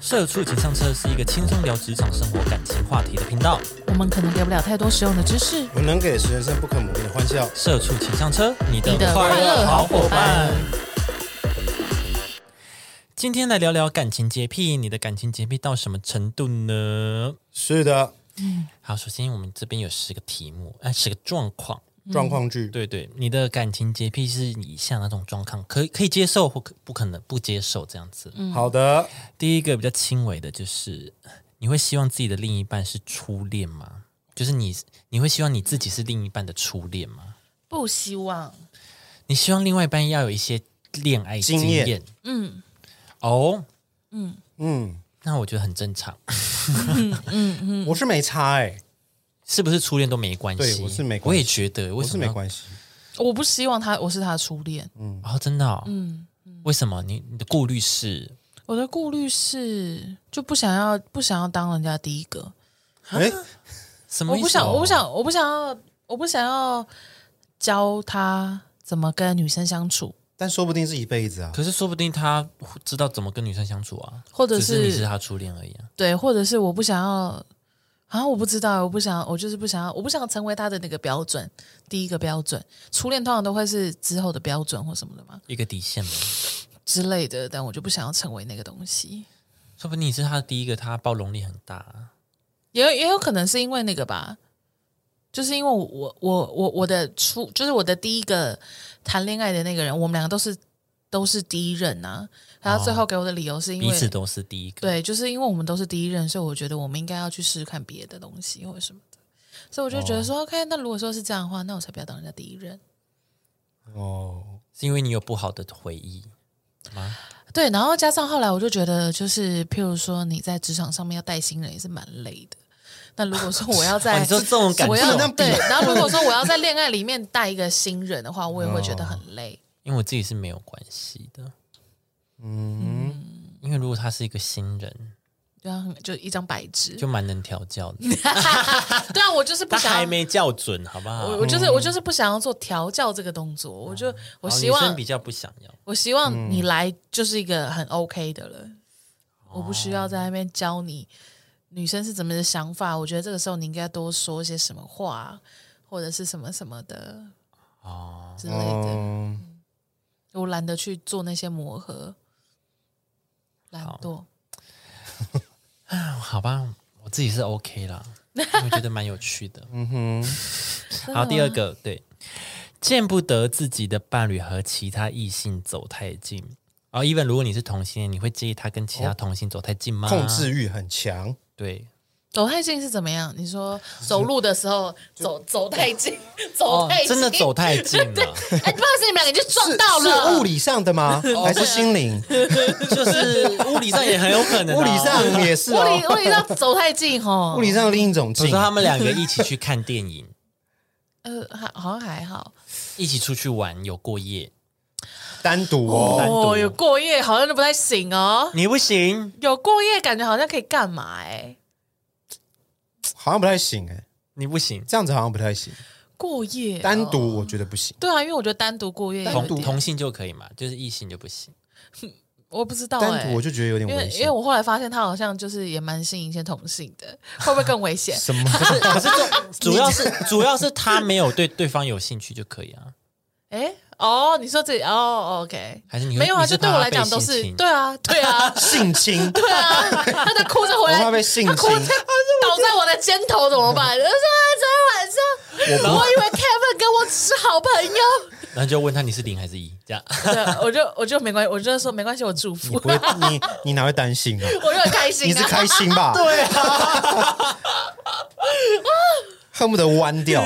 社畜请上车是一个轻松聊职场、生活、感情话题的频道。我们可能给不了太多实用的知识。我能给是人生不可磨灭的欢笑。社畜请上车，你的你的快快乐乐好好伙伙伴伴。今天来聊聊感情洁癖，你的感情洁癖到什么程度呢？是的，好，首先我们这边有十个题目，哎、十个状况。状况剧。对对，你的感情洁癖是以下哪种状况？可以可以接受或可不可能不接受这样子？嗯好的，第一个比较轻微的就是，你会希望自己的另一半是初恋吗？就是你你会希望你自己是另一半的初恋吗？不希望，你希望另外一半要有一些恋爱经经验验嗯，哦？嗯，那我觉得很正常，我是没差哎，是不是初恋都没关系？对我是没关系我也觉得，为我什是么没要？关系。我不希望他，我是他的初恋。哦，真的、哦，嗯，为什么？你你的顾虑是我的顾虑是就不想要，不想要当人家第一个。嗯哎，什么我意思？不想，我不，想，我不想要，我不想要教他怎么跟女生相处，但说不定是一辈子啊。可是说不定他知道怎么跟女生相处啊，或者只是你是是他初恋而已啊。对，或者是我不想要。啊，我不知道，我不想，我就是不想要，我不想成为他的那个标准，第一个标准。初恋通常都会是之后的标准或什么的嘛一个底线嘛，之类的，但我就不想要成为那个东西。说不定你是他的第一个，他包容力很大啊、也有也有可能是因为那个吧，就是因为我我我我我的初就是我的第一个谈恋爱的那个人，我们两个都是都是第一任啊。然后最后给我的理由是因哦彼为、此都是第一个。对，就是因为我们都是第一任，所以我觉得我们应该要去试试看别的东西或者什么的。所以我就觉得说、o 哦 k 那如果说是这样的话，那我才不要当人家第一任。哦，是因为你有不好的回忆吗？对，然后加上后来我就觉得，就是譬如说你在职场上面要带新人也是蛮累的。那如果说我要在， 哦你说这种感哎我受要那比对，然后如 果说我要在恋爱里面带一个新人的话，我也会哦觉得很累。因为我自己是没有关系的，嗯，因为如果他是一个新人，对啊，很就一张白纸。就蛮能调教 的。对啊，我就是不他想还要，没校准，好不好？我我就是我就是不想要做调教这个动作。我就哦我希女生望比较不想要。我希嗯望你来就是一个很 OK 的人，哦我不需要在那边教你女生是怎么的想法。我觉得这个时候你应该多说些什么话，或者是什么什么的哦之类的。哦，我懒得去做那些磨合，懒惰。好吧，我自己是 OK 啦，我觉得蛮有趣的。 嗯哼， 好，第二个，对，见不得自己的伴侣和其他异性走太近。然后，even 如果你是同性恋，你会介意他跟其他同性走太近吗？哦控制欲很啊强，对，走太近是怎么样？你 说走路的时候走走太近，走哦太，近，真的走太近 了。哎，不好意思，你们两个就撞是到了。哦是物理上的 吗？还是心灵？ 就是物理上也很有可能、啊物理，上也是物理哦，物理上走太 近吼，物理上另一种我劲说。他们两个一起去看电影，呃还好像还好。一起出去玩，有过夜，单独哦，独哦，有过夜好像都不太行哦。你不行。有过夜感觉好像可以干嘛哎、好像不太行哎，你不行，这样子好像不太哎行。过夜哦单独我觉得不行。对啊，因为我觉得单独过夜有同点同性就可以嘛，就是异性就不行。我不知道哎、单独我就觉得有点因危为因险为。我后来发现他好像就是也蛮吸引一些同性的，会不会更危险？ 什么？，啊 主要是主要是他没有对对方有兴趣就可以啊，哎、哦，你说这哦，OK，还是你会没有啊？嗯你是就对我来讲怕他都被性是侵对啊，对啊性侵，对啊，他在哭着回我来，怕被性 侵，倒在我的肩头怎么办？我说昨天晚上，我以为 Kevin 跟我只是好朋友。然后就问他你是零还是一这 样。对，我就我就没关系，我就说没关系，我祝福你， 不会，你你哪会担心啊？我就很开心、啊。你是开心吧？对啊， 恨不得弯掉。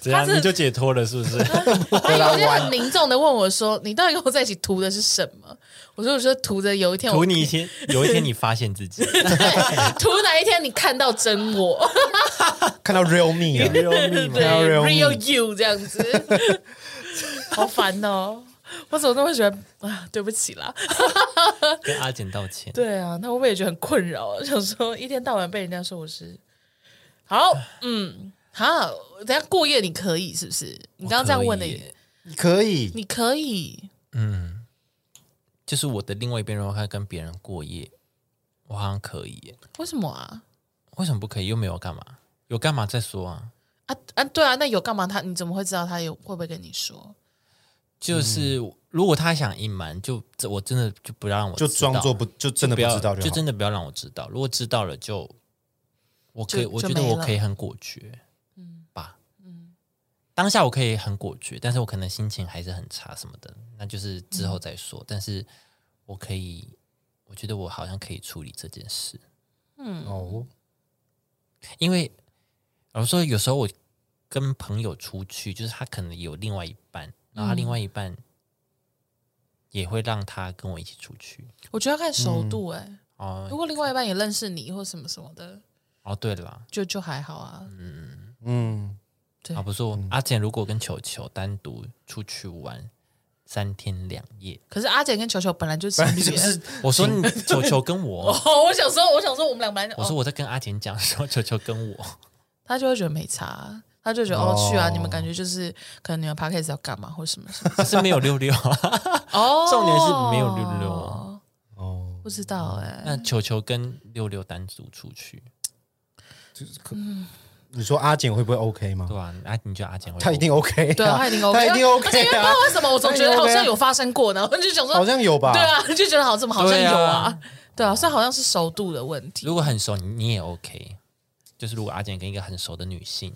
怎样是你就解脱了是不 是？他有一天玩很凝重的问我说：“你到底跟我在一起图的是什么？”我说：“我说图着有一天我图你一 天，有一天你发现自己对图哪一天你看到真我，看到 real me 啊，对看到 real real me， you 这样子， 好烦哦！我怎么那么喜欢啊？对不起啦，跟阿简道歉。 对啊，那会不会也觉得很困扰啊？想说一天到晚被人家说我是好，嗯，好，等一下过夜你可以是不是？你刚刚这样问的我可以也，你可以，你可以，嗯，就是我的另外一边，如果他跟别人过夜，我好像可以耶，为什么啊？为什么不可以？又没有干嘛？有干嘛再说啊？啊啊，对啊，那有干嘛他？你怎么会知道他有会不会跟你说？就是、如果他想隐瞒，就这我真的就不让我嗯就知道装作不，就真的不要知道就好。真的不要让我知道。如果知道了就，我可以，就我就觉得没我了可以很果决，嗯，吧，嗯当下我可以很果决，但是我可能心情还是很差什么的，那就是之嗯后再说。但是我可以，我觉得我好像可以处理这件事，嗯哦，因为老实说，有时候我跟朋友出去，就是他可能有另外一半，然后嗯他另外一半也会让他跟我一起出去。我觉得要看熟度哎、嗯如哦果另外一半也认识你或什么什么的，哦，对了，就就还好啊。嗯，对啊，不是我阿简，如果跟球球单独出去玩三天两夜，可是阿简跟球球本来就是情反侣、正就欸是我说你球球跟我，哦，我想说，我想说，我们俩本来，我说哦、我在跟阿简讲说球球跟我，他就会觉得没差啊，他就觉得哦去啊，哦你们感觉就是可能你们 p a c k a g e 要干嘛或什么 什么可是没有六六啊。 哦，重点是没有六六啊，嗯哦，不知道哎、那球球跟六六单独出去，你说阿简会不会 OK 吗对？吧、啊？啊，你觉得阿简会？他一定 OK，啊对啊，他一定 OK，他一定而且因 OK 为不知啊道，为什么，我总觉得好他一定 OK 啊像有发生过呢，我就想说，好像有吧？对，啊，就觉得好，怎么好像有啊对？对啊，所以好像是熟度的问题。如果很熟，你你也 OK。就是如果阿简跟一个很熟的女性，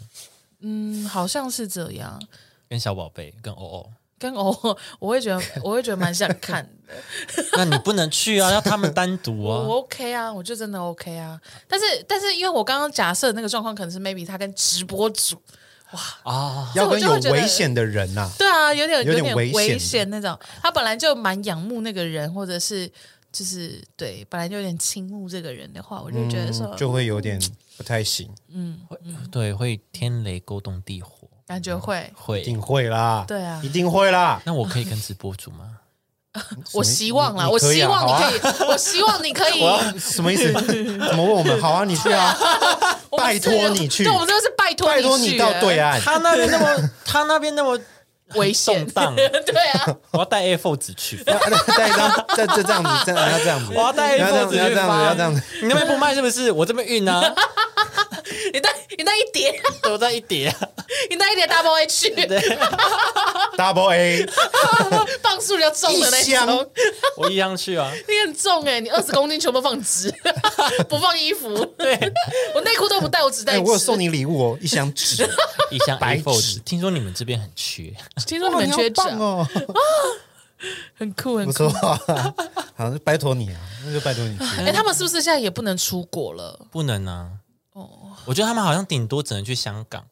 嗯，好像是这样。跟小宝贝，跟欧欧，跟偶尔，我会觉得，我会觉得蛮想看的。那你不能去啊，要他们单独我啊。 OK 啊，我就真的 OK 啊。但是，但是，因为我刚刚假设那个状况，可能是 maybe 他跟直播主，啊，要所跟以有我就会觉得危险的人呐，对啊，有点有点点危险危险那种。他本来就蛮仰慕那个人，或者是就是对，本来就有点倾慕这个人的话，我就觉得说，嗯就会有点不太行，会对，会天雷勾动地火，感觉会，会一定会啦，对啊一定会啦。那我可以跟直播主吗？我希望啦，你我你可以希啊望你好啊啊可以，我希望你可以，我要 什么意思？怎么问我们？好啊，你去啊， 我们拜托你去对，我们真的是拜托拜托你你去到对，啊岸。他那边那么，他那边那么哎危险，动荡 对啊，我要带 A f o 纸去，再这样，再就这样子，这样要这样子，我要带 A 要这 f o 样纸子，要去这样子，发要这样子。你那边不卖是不是？我这边运啊，你带你带一叠， 都在一叠啊。你带一叠大包 H， Double A， 放塑料重的那一箱种，我一样去啊。你很重哎，你二十公斤全部放 纸，不放衣服，对 我内裤都不带，我只带哎，纸。我有送你礼物哦，一箱纸，一箱白 A f o 纸纸，听说你们这边很缺，听说你们哇缺纸好啊棒，哦，很酷很不酷。错啊，好，那拜托你啊，那就拜托你去。哎，他们是不是现在也不能出国了？不能啊。我觉得他们好像顶多只能去香港。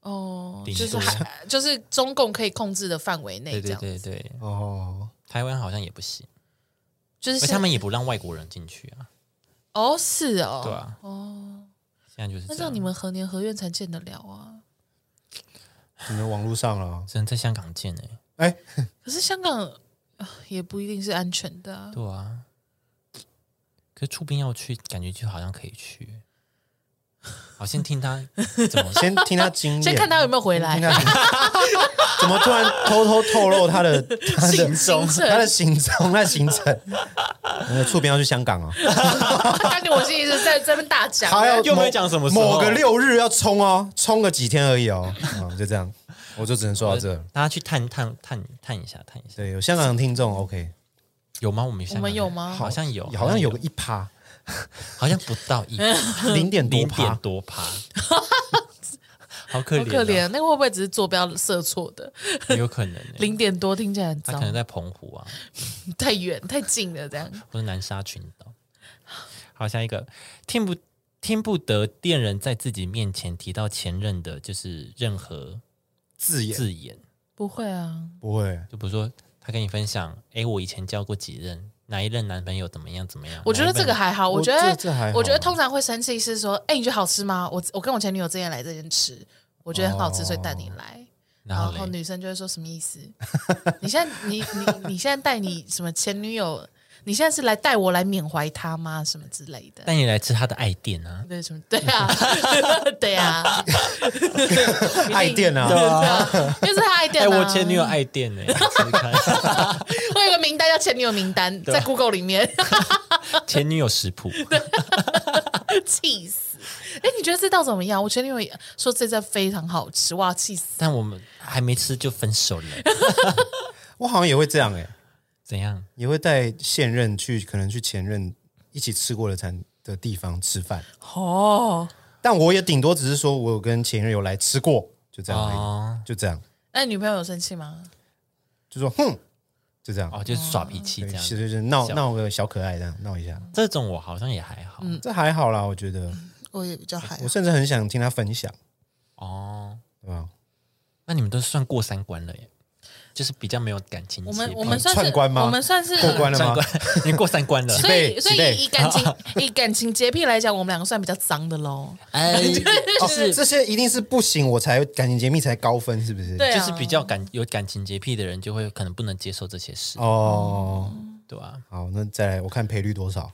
哦，顶就多是还就是中共可以控制的范围内对哎这对样，对对，哦，台湾好像也不行，就而是且现他们也不让外国人进去啊。哦是哦，对啊，哦，现在就是那这这样你样，们何年何月才见得了啊？只能网络上了。只能在香港见哎。哎，可是香港、啊也不一定是安全的、啊，对啊。可是出兵要去，感觉就好像可以去。好，先听他怎 么说。先听他经验，先看他有没有回听来。他经验怎么突然偷偷透露他的他的行行程他的行踪，他的行程。呃，触边要去香港哦，感觉 我心里是在在那边大讲，他要又没某讲什么时候某个六日要冲哦，冲个几天而已哦，嗯就这样，我就只能说到这。大家去探探探探一下，探一下对，有香港的听众，OK，有吗？我们香我港们有吗？好像有，好像有个一 趴，好像不到 一零点多零点趴，多 趴，好可好怜、啊可怜，那个会不会只是坐标设错的？怜，有可能、欸，零点多听起来很他糟可，能在澎湖啊，太远太近了，这样或者南沙群岛。好，下一个，听不听不得恋人在自己面前提到前任的，就是任何字眼字眼，不会啊，不会，就比如说他跟你分享，诶，我以前交过几任，哪一任男朋友怎么样怎么样。我觉哪得一任这个还好，我我觉得这这还好我觉得通常会生气是说，哎、你觉得好吃吗？我我跟我前女友之前来这边吃，我觉得很好吃，所以带你哦来。然然后后嘞， 女生就会说什么意思？你现在你你你现在带你什么前女友你现在是来带我来缅怀他吗？什么之类的。带你来吃他的爱店啊，对什么？对啊， 对啊， 爱店啊，啊，就是他爱哎、店、啊 我前女友爱店呢、试试看我有个名单叫前女友名单，在 Google 里面，前女友食 谱，气死！哎，你觉得这道怎么样？我前女友也说这道非常好吃，哇，气死！但我们还没吃就分手了，我好像也会这样哎、怎样？也会带现任去，可能去前任一起吃过的餐的地方吃饭，哦，但我也顶多只是说我有跟前任有来吃过，就这样而已，哦就这样，那你女朋友有生气吗？就说哼，就这样，哦，就是耍脾气对这样其。实就是闹小闹个小可爱这样闹一下，这种我好像也还好。嗯这还好啦，我觉得，我也比较还我甚至很想听他分享，哦，对吧？那你们都算过三关了耶，就是比较没有感情我羁们绊我们算是串关吗我们算是过关了三吗关？，你过 三关 了。所以几倍所几倍以以感 情以感情洁癖来讲，我们两个算比较脏的喽。哎，就啊哦，是这些一定是不行，我才感情解密才高分，是不是？对啊，就是比较感有感情洁癖的人，就会可能不能接受这些事，哦，对吧、好，那再来我看赔率多少？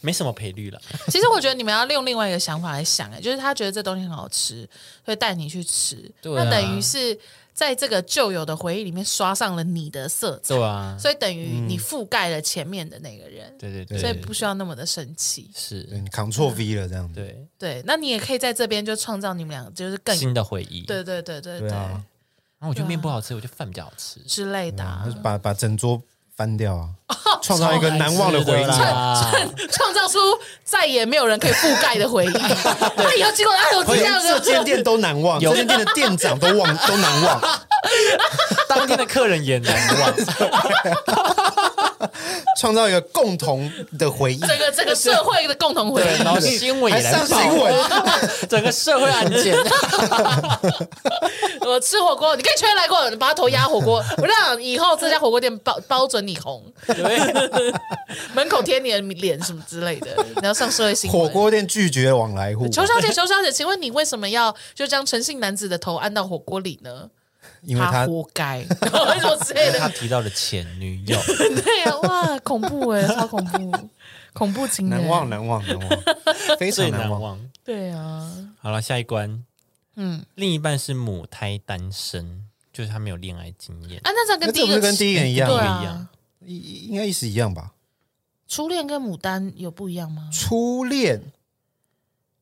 没什么赔率了， 其实我觉得你们要用另外一个想法来想，哎，就是他觉得这东西很好吃，所以带你去吃，对啊那等于是在这个旧有的回忆里面刷上了你的色彩，对啊，所以等于嗯你覆盖了前面的那个人，对对对，所以不需要那么的生气。是，嗯，Ctrl V 了这样子。对，对，那你也可以在这边就创造你们两个就是更新的回忆。对对对对对啊，然后我觉得面不好吃，我觉得饭比较好吃，之类的啊、他就把把整桌翻掉啊，创造一个难忘的回忆。啊啦。 创造出再也没有人可以覆盖的回忆。那以后经过，哎，我这样这子，间店都难忘，这间店的店长都忘 都难忘，当天的客人也难 忘，创造一个共同的回忆。整个整个社会的共同回忆对，。然后新闻还也来上报新，闻， 整个社会案件。我吃火锅，你可以全来过，你把头压火锅，我让以后这家火锅店包包准你红， 门口贴你的脸什么之类的，然后上社会新闻。 火锅店拒绝往来户，裘小姐，裘小姐，请问你为什么要就将诚信男子的头按到火锅里呢？ 因为他活该，然后什么之类他的。提到了前女 友，对呀、哇，恐怖哎、超恐怖，恐怖情人难忘难忘难忘，非最常难难忘。忘。对啊，好了，下一关，嗯，另一半是母胎单身，就是他没有恋爱经验，啊，那这样那跟第这一不是个跟第一眼一样对不吗？一样啊，应应该意思一样吧？初恋跟牡丹有不一样吗？初恋，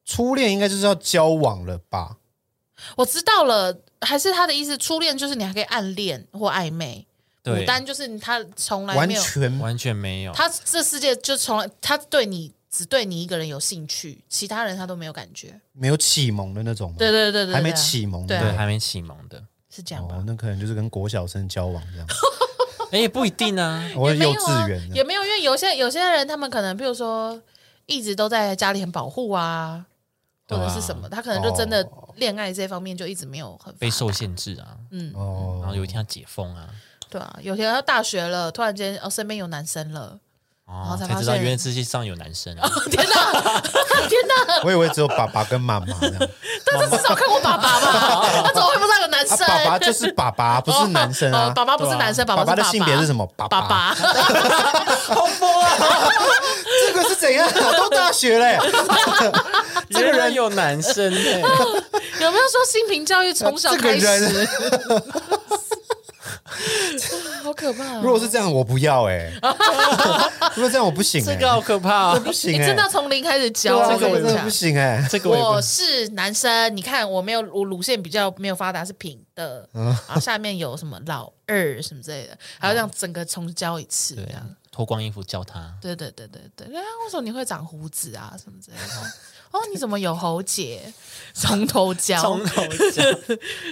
初恋应该就是要交往了吧？我知道了，还是他的意思，初恋就是你还可以暗恋或暧昧，牡对，丹就是他从来完没有，全完全没有。他这世界就从来他对你只对你一个人有兴趣，其他人他都没有感觉。没有启蒙的那种吗，对对对对，对还没启蒙的对对，啊还没启蒙的，是这样吧哦，？那可能就是跟国小生交往这样，哎，也不一定啊。我也没幼有啊稚园的也没有，因为有些有些人他们可能，比如说一直都在家里很保护啊，或对啊者是什么，他可能就真的哦恋爱这方面就一直没有很被发达受限制啊，嗯，哦，然后有一天要解封啊，对啊，有些人到大学了，突然间哦身边有男生了，哦后，才才发知道现哦原来世界上有男生 啊，天哪，天哪，我以为只有爸爸跟妈妈这样，他至少看过爸爸吧？他怎么会不知道有男啊，生？爸爸就是爸爸，不是男生哦啊。爸爸不是对啊男生，爸爸爸是的性别是什么？么？爸爸爸，爸，这个是怎样啊？都大学嘞，这个人有男生 哎，有没有说性平教育从小这个开始？ 人好可怕哦！如果是这样，我不要哎。如果这样，我不行这哎，个好可怕这哦，不行你哎，真的要从零开始教，对啊我这个跟我你真的讲不。行哎。这个我也不我是男生，你看我没有我乳腺比较没有发达，是平的，啊然后下面有什么老二什么之类的，还要让整个重教一次这对样。啊，脱光衣服教他，对对对对对，对啊，为什么你会长胡子啊什么之类的？哦，你怎么有喉结？从头教从头 教，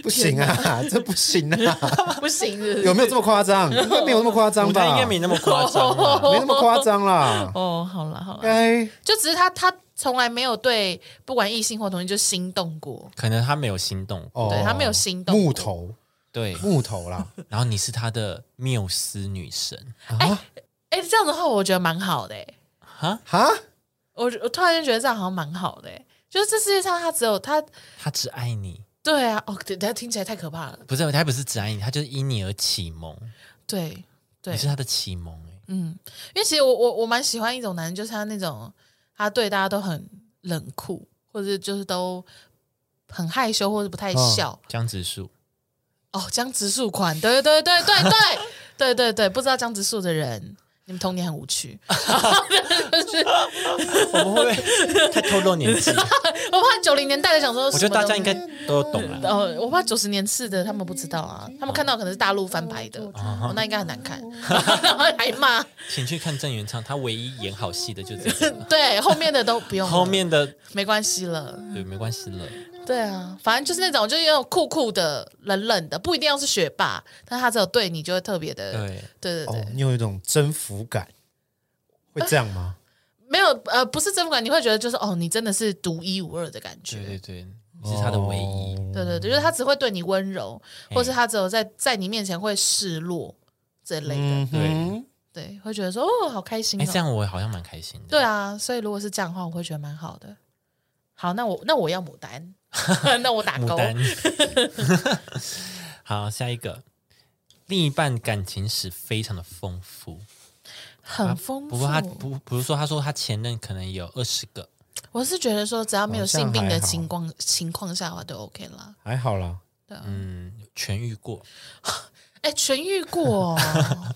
不行啊，这不行啊！不行是不是有没有这么夸 张？应该没有那么夸张我觉得吧？应该没那么夸张啊，没那么夸张 啦。哎哦，好了好了，该就只是他他从来没有对不管异性或同性就心动过，可能他没有心动过，哦对他没有心动过木头对，木头啦，然后你是他的缪斯女神 啊哎，这样的话我觉得蛮好的、欸，哈，哈，我我突然间觉得这样好像蛮好的、欸，就是这世界上他只有他，他只爱你，对啊，哦，等下听起来太可怕了，不是他不是只爱你，他就是因你而启蒙，对对嗯你是，他的启蒙哎，因为其实我我我蛮喜欢一种男人，就是他那种他对大家都很冷酷，或者是就是都很害羞，或者不太哦笑。江直树，哦，江直树款，对对对对对对对对，不知道江直树的人，你们童年很无趣。 就是我们 会不会太透露年纪？我怕九零年代的想说，我觉得大家应该都懂了。哦，我怕九十年次的他们不知道啊，他们看到可能是大陆翻拍的，哦、那应该很难 看，然后还骂。请去看郑元畅，他唯一演好戏的就这 个了，对，后面的都不用了，后面的没关系了。对没关系了。对啊，反正就是那种就是那种酷酷的、冷冷的，不一定要是学霸，但他只有对你就会特别的，对，对对对哦，你有一种征服感，会这样吗？没有呃，不是征服感，你会觉得就是哦，你真的是独一无二的感觉。对对对，你是他的唯一。哦对对对，就是他只会对你温柔，或是他只有在在你面前会示弱这类的，嗯对哼，对，会觉得说哦，好开心、哦。哎，这样我好像蛮开心的。对啊，所以如果是这样的话，我会觉得蛮好的。好，那我那我要 牡丹， 那我打牡勾。丹。 好，下一个，另一半感情史非常的丰富，很丰不富。过他不，比如说他说他前任可能有二十个，我是觉得说，只要没有性病好的像还好情况情况下的话，都 OK 啦。啊还好啦，嗯，痊愈过，哎，痊愈过哦、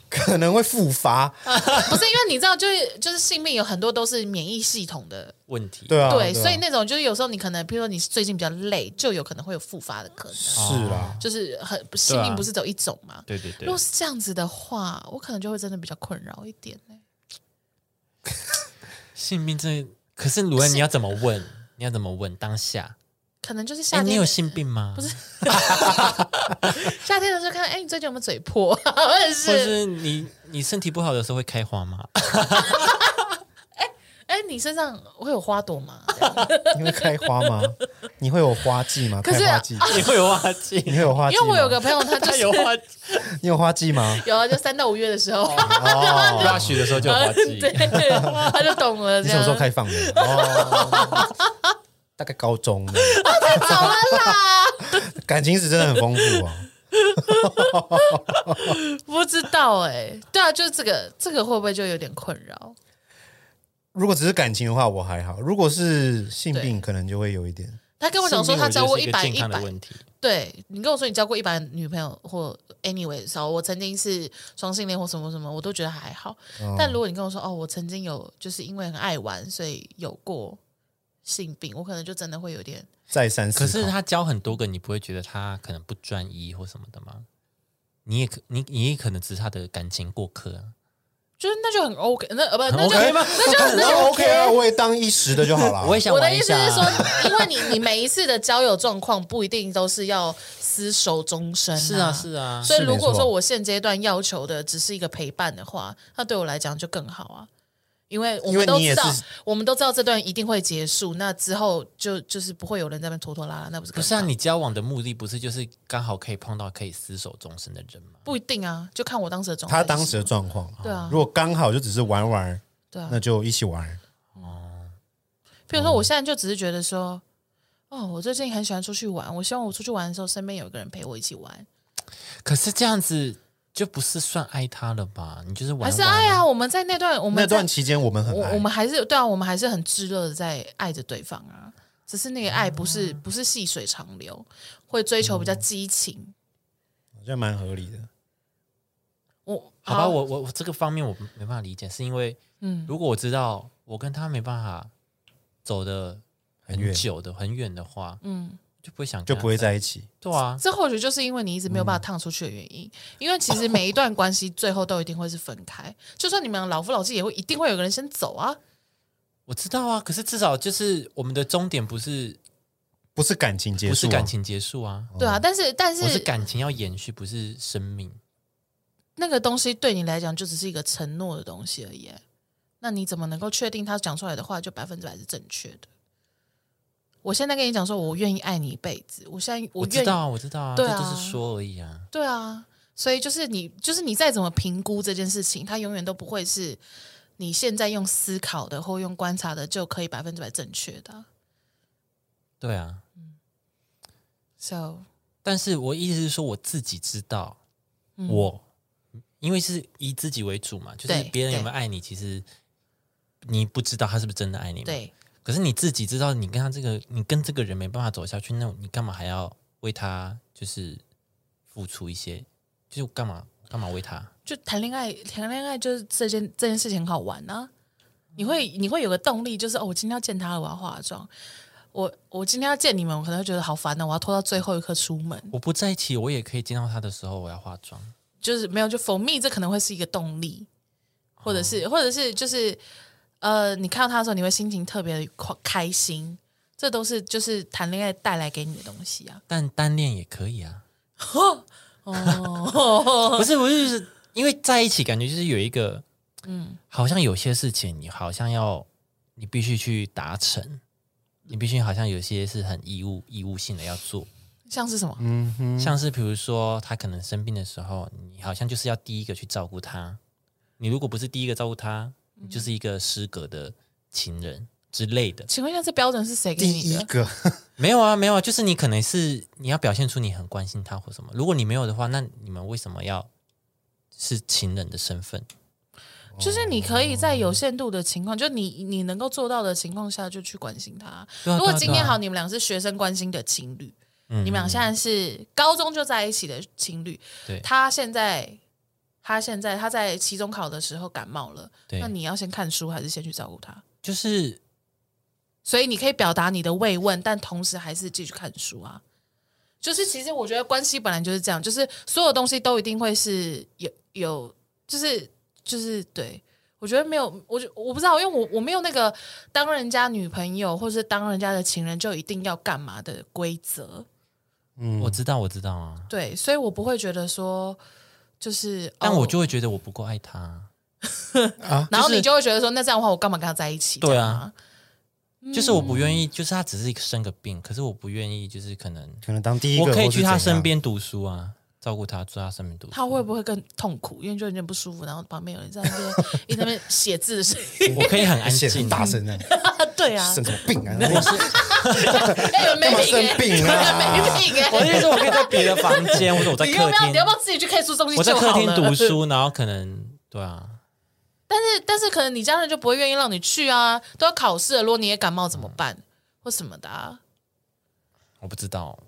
可能会复发，不是因为你知道，就是就是性病有很多都是免疫系统的，问题对啊，对，啊所以那种就是有时候你可能，比如说你最近比较累，就有可能会有复发的可能，是啦，就是很性对病啊不是只有一种嘛。对对啊对如果是这样子的话，我可能就会真的比较困扰一点、欸、性病这，可是鲁恩你要怎么问？你要怎么问？当下，可能就是哎，夏你天有的，性病吗？不是，夏天的时候看，哎、你最近有没有嘴破？ 或者或者是，是你你身体不好的时候会开花吗？ 哎、你身上会有花朵吗？你会开花吗？你会有花季 吗？可是啊开花季，你会有花 季？你会有花季因吗？为我有个朋友，他就 他是有 花季你有花季吗？有啊，就三到五月的时候，哦， ，rush 的时候就有花季。 对，他就懂了。你这什啊样么时候开放的？ 哦，大概高中的。哦早了啦， 感情史真的很丰富啊。不知道哎、对啊，就是这个，这个会不会就有点困扰？如果只是感情的话，我还好；如果是性病，可能就会有一点。他跟我讲说，他交过性一病我百觉得是个一健康的百问题，对你跟我说你交过一百女朋友或 anyway 的时候，我曾经是双性恋或什么什么，我都觉得还好。但如果你跟我说哦，我曾经有就是因为很爱玩，所以有过性病，我可能就真的会有点再三思可考，是他教很多个，你不会觉得他可能不专一或什么的吗？你也可你你也可能只是他的感情过客啊，就是那就很 OK，那呃不很那就 OK 吗那就那那就 OK 啊，我也当一时的就好了。我也想我的玩意一思下啊。是说，因为你 你每一次的交友状况不一定都是要厮守终身、 是啊是啊，所以如是没果错说我现阶段要求的只是一个陪伴的话，那对我来讲就更好啊，因为我因为们都你也知道是，我们都知道这段一定会结束，那之后就就是不会有人在那边拖拖拉拉，那不是更不是啊，好你交往的目的不是就是刚好可以碰到可以厮守终身的人吗？不一定啊，就看我当时的状态他是什么。当时的状况，对啊如果刚好就只是玩玩，对啊那，就一起玩。譬如说我现在就只是觉得说，哦，我最近很喜欢出去玩，我希望我出去玩的时候身边有一个人陪我一起玩，可是这样子就不是算爱他了吧？你就是玩还是玩爱啊？我们在那段我们那在段期间我们很我我爱，们还是对啊，我们还是很炙热的在爱着对方啊，只是那个爱不嗯是、不是细水长流，会追求比较激情。好像蛮合理的。我嗯好吧，我我我这个方面我没办法理解，是因为嗯如果我知道我跟他没办法走的很远很久的很远的话，嗯，就不会想就跟他不会在一起。对啊，这或许就是因为你一直没有办法趟出去的原因，因为其实每一段关系最后都一定会是分开，就算你们老夫老妻也会一定会有个人先走啊。我知道啊，可是至少就是我们的终点不是不是感情结束、不是感，情结束啊，对啊，但是但我是是感情要延续，不是生命。那个东西对你来讲就只是一个承诺的东西而已，那你怎么能够确定他讲出来的话就百分之百是正确的？我现在跟你讲说，我愿意爱你一辈子，我现在我愿知意，道啊，我知道啊，对这啊就是说而已啊。对啊，所以就是你，就是你再怎么评估这件事情，它永远都不会是你现在用思考的或用观察的就可以百分之百正确的啊。对啊， So，但是我意思是说我自己知道，我因为是以自己为主嘛，就是嗯对别人有没对有爱你，其实你不知道他是不是真的爱你嘛。对，可是你自己知道，你跟他这个，你跟这个人没办法走下去，那你干嘛还要为他就是付出一些？就是干嘛干嘛为他？就谈恋爱，谈恋爱就是这件这件事情很好玩啊。你会你会有个动力，就是哦，我今天要见他了，我要化妆。我我今天要见你们，我可能会觉得好烦哦，我要拖到最后一刻出门。我不在一起，我也可以见到他的时候，我要化妆。就是没有，就 for me 这可能会是一个动力，或者哦是或者是就是呃，你看到他的时候，你会心情特别快开心，这都是就是谈恋爱带来给你的东西啊。但单恋也可以啊，哦，不是，我就是因为在一起，感觉就是有一个，嗯，好像有些事情你好像要，你必须去达成，你必须好像有些是很义务义务性的要做，像是什么？嗯哼，像是比如说他可能生病的时候，你好像就是要第一个去照顾他，你如果不是第一个照顾他，你就是一个失格的情人之类的。请问一下，这标准是谁给第你一的？个没有啊，没有啊，就是你可能是你要表现出你很关心他或什么。如果你没有的话，那你们为什么要是情人的身份？就是你可以哦在有限度的情况，就你你能够做到的情况下，就去关心他。对啊如果对啊今天对啊好，你们俩是学生关心的情侣，嗯你们俩现在是高中就在一起的情侣，对他现在他现在他在期中考的时候感冒了，对那你要先看书还是先去照顾他？就是所以你可以表达你的慰问，但同时还是继续看书啊。就是其实我觉得关系本来就是这样，就是所有东西都一定会是有有，就是就是对。我觉得没有，我就我不知道，因为我我没有那个当人家女朋友或是当人家的情人就一定要干嘛的规则。嗯我知道，我知道啊，对，所以我不会觉得说就是，但哦我就会觉得我不够爱他。啊然就后是你就会觉得说，那这样的话，我干嘛跟他在一起？对啊这样吗，就是我不嗯愿意，就是他只是生个病，可是我不愿意，就是可能可能当第一个，我可以或是去他怎样身，边读书啊，照顾他，坐在他身边读书。他会不会更痛苦？因为就有点不舒服，然后旁边有人在那 边一直在那边写字的声音，我可以很安而且很静， 大声啊，对 啊，生什么病 啊？我是 哎，有没干嘛品哎生病啊 没品 我的意哎，思，我可以在别的房间，或者我在你要客不要厅你要不，要自己去看书中心我在就客好厅了？读书，然后可能对啊，但是但是可能你家人就不会愿意让你去啊，都要考试了，如果你也感冒怎么办或什么的啊？我不知道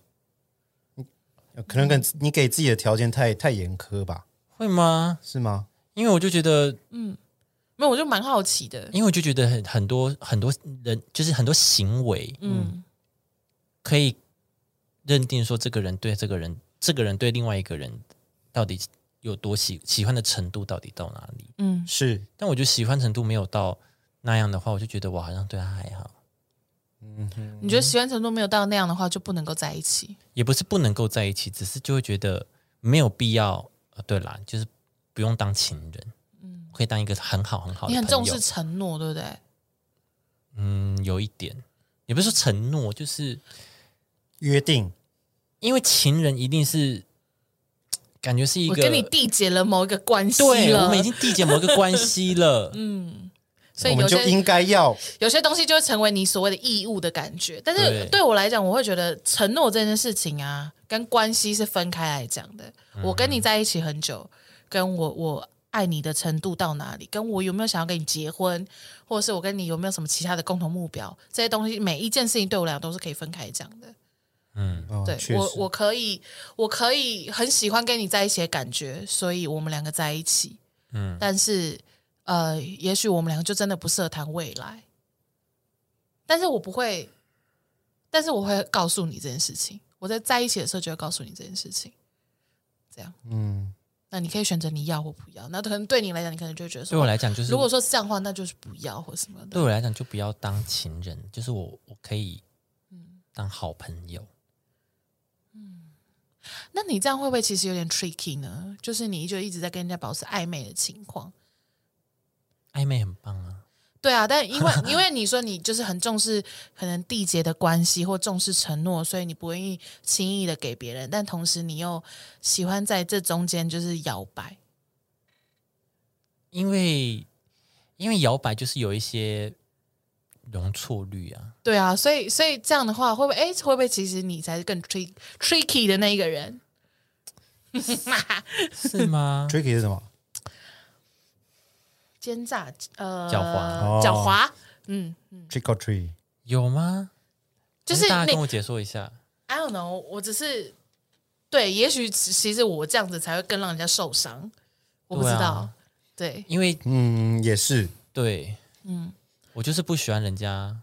可能跟你给自己的条件太太严苛吧？会吗？是吗？因为我就觉得没有，我就蛮好奇的，因为我就觉得很很多很多人，就是很多行为嗯，可以认定说这个人对这个人，这个人对另外一个人到底有多喜喜欢的程度到底到哪里？嗯，是，但我觉得喜欢程度没有到那样的话，我就觉得我好像对他还好，嗯你觉得喜欢程度没有到那样的话，就不能够在一起？也不是不能够在一起，只是就会觉得没有必要。呃，对啦，就是不用当情人，嗯，可以当一个很好很好的你朋友。很重视承诺，对不对？嗯，有一点，也不是说承诺，就是约定因为情人一定是感觉是一我个，跟你缔结了某一个关系对，我了们，已经缔结某一个关系 了。所我以们有就些应该要有些东西就会成为你所谓的义务的感觉。但是对对我来讲，我会觉得承诺这件事情啊，跟关系是分开来讲的。嗯我跟你在一起很久，跟我我爱你的程度到哪里，跟我有没有想要跟你结婚，或者是我跟你有没有什么其他的共同目标，这些东西每一件事情对我来讲都是可以分开讲的。嗯，哦对确我，实我可以，我可以很喜欢跟你在一起的感觉，所以我们两个在一起。嗯，但是呃，也许我们两个就真的不适合谈未来。但是我不会，但是我会告诉你这件事情。我在在一起的时候就会告诉你这件事情。这样，嗯，那你可以选择你要或不要。那可能对你来讲，你可能就会觉得说，对我来讲就是，如果说是这样的话，那就是不要或什么的。对我来讲就不要当情人，就是我我可以当好朋友。那你这样会不会其实有点 tricky 呢？就是你就一直在跟人家保持暧昧的情况。暧昧很棒啊，对啊，但因为因为你说你就是很重视可能缔结的关系或重视承诺，所以你不愿意轻易的给别人，但同时你又喜欢在这中间就是摇摆。因为因为摇摆就是有一些容错率 啊，对啊，所以所以这样的话，会不会哎会不会其实你才是更 trick tricky 的那一个人？是吗？ tricky 是什么？奸诈，呃，狡猾哦狡猾，嗯， trick or treat，有吗？就是还大家那跟我解说一下， I don't know，我只是对，也许其实我这样子才会更让人家受伤，我不知对啊道，对，因为嗯，也是，对，嗯，我就是不喜欢人家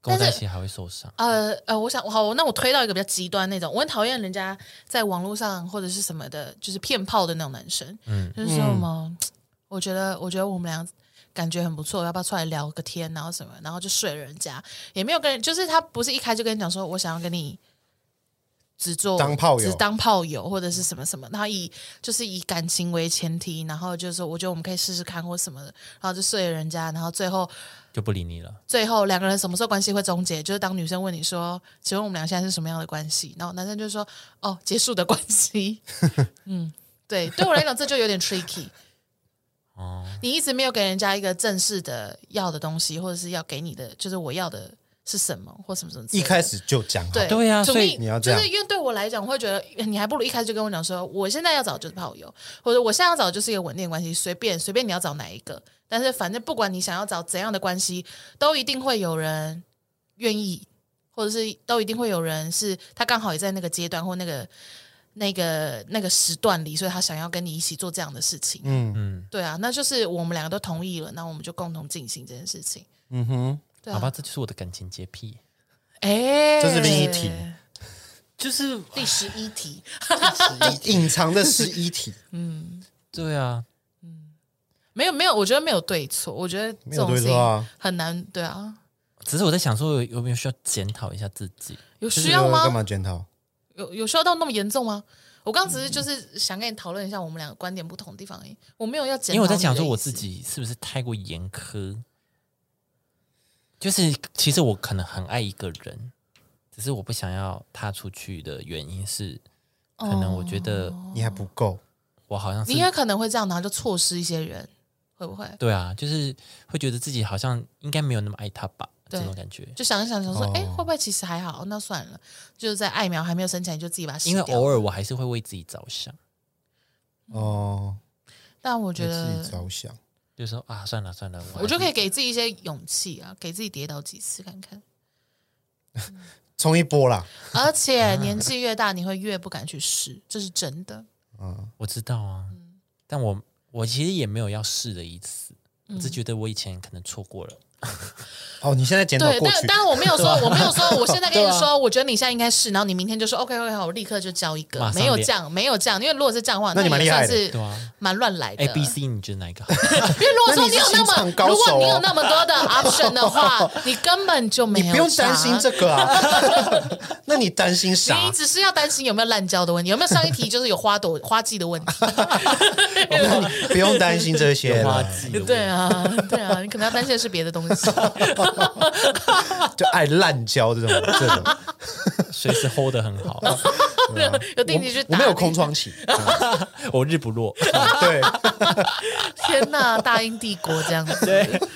跟我但是在一起还会受伤。呃呃，我想好，那我推到一个比较极端那种，我很讨厌人家在网络上或者是什么的，就是骗炮的那种男生，嗯就是说什么，我觉得我觉得我们俩感觉很不错，要不要出来聊个天，然后什么，然后就睡了人家，也没有跟人，就是他不是一开就跟你讲说我想要跟你。只做当炮友只当炮友或者是什么什么，然后以就是以感情为前提，然后就是说，我觉得我们可以试试看或什么的，然后就睡了人家，然后最后就不理你了。最后两个人什么时候关系会终结？就是当女生问你说：“请问我们俩现在是什么样的关系？”然后男生就说：“哦，结束的关系。”嗯，对，对我来讲这就有点 tricky。哦，你一直没有给人家一个正式的要的东西，或者是要给你的，就是我要的是什么或什么什么之类一的。开始就讲好，对对啊 to 所以 me，你要这就样是因为对我来讲，我会觉得你还不如一开始就跟我讲说，我现在要找就是炮友，或者我现在要找就是一个稳定的关系，随便随便你要找哪一个，但是反正不管你想要找怎样的关系，都一定会有人愿意，或者是都一定会有人是他刚好也在那个阶段或那个那个那个时段里，所以他想要跟你一起做这样的事情。嗯嗯，对啊，那就是我们两个都同意了，那我们就共同进行这件事情。嗯 哼，对好吧，啊，嗯这就是我的感情洁癖，哎，这是另一题就是第十一题。隐藏的十 一题，对啊，没有没有，我觉得没有对错，我觉得没这有种对事错情啊，很难，对啊，只是我在想说有有没有需要检讨一下自己。有就是需要干吗？嘛检讨？有有需要到那么严重吗？我刚刚只是就是想跟你讨论一下我们两个观点不同的地方而已，我没有要检讨因为我在你的想说意我思自，己是不是太过严苛，就是其实我可能很爱一个人，只是我不想要踏出去的原因是，可能我觉得你还不够，我好像是哦你也可能会这样，然后就错失一些人，会不会？对啊，就是会觉得自己好像应该没有那么爱他吧，对这种感觉。就想一想，想说哦，哎、会不会其实还好？那算了，就是在爱苗还没有生起来，你就自己把它洗因为掉。偶尔我还是会为自己着想，哦，但我觉为得自己，着想，就说啊，算了算了，我就可以以给自己一些勇气啊，给自己跌倒几次看看。冲一波啦，而且年纪越大，你会越不敢去试，这是真的。嗯，我知道啊，嗯但我我其实也没有要试的意思，嗯我只觉得我以前可能错过了，哦，你现在检讨对，过但去，但我没有 说，我没有说，我现在跟对你啊说，我觉得你现在应该是，然后你明天就说 OK OK 好，我立刻就交一个马，上没有练这样，没有这样，因为如果是这样的话，那你蛮也厉害算的哎是对啊蛮乱来的。 ，A B C 你觉得哪一 个好？因为如果说那你有是那情么场，高如果手你有哦那么多的 option 的 话，你根本就没你有，不用担心这。啊个啊， 那你担心啥你？只是要担心有没有滥交的问题，有没有上一题就是有花朵 花季的问题？ 不用担心这些花啦，季的问 对啊，对啊，你可能要担心的是别的东西。就爱滥交这种 这种，随时 hold 得很好，有定期去打啊我没有你空 窗期，我日不落。对，天呐，大英帝国这样 子，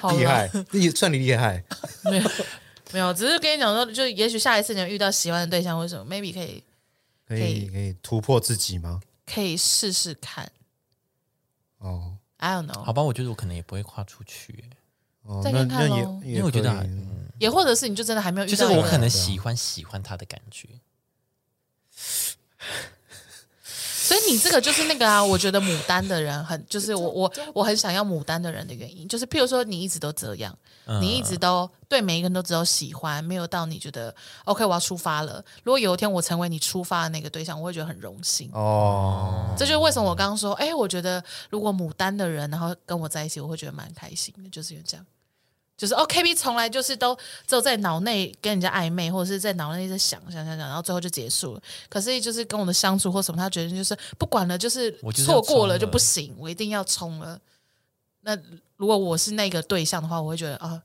好啦厉害，你算你厉害，没有 没有，只是跟你讲说，就也许下一次你们遇到喜欢的对象或者什么，maybe 可以可以可以突破自己吗？可以试试看哦。 ，I don't 好 know，吧，我觉得我可能也不会跨出去，哦，再那看看那也咯，因为我觉得啊也可以嗯也或者是你就真的还没有遇就是到一个，我可能喜欢喜欢他的感觉，所以你这个就是那个啊，我觉得牡丹的人很，就是我我我很想要牡丹的人的原因，就是譬如说你一直都这样，嗯你一直都对每一个人都只有喜欢，没有到你觉得 OK 我要出发了。如果有一天我成为你出发的那个对象，我会觉得很荣幸。哦，这就是为什么我刚刚说，哎、我觉得如果牡丹的人，然后跟我在一起，我会觉得蛮开心的，就是因为这样。就是哦，K B 从来就是都只有在脑内跟人家暧昧，或者是在脑内一直想想想想，然后最后就结束了。可是就是跟我的相处或什么，他决定就是不管了，就是我就是要错过了冲就了不行，我一定要冲了。那如果我是那个对象的话，我会觉得啊，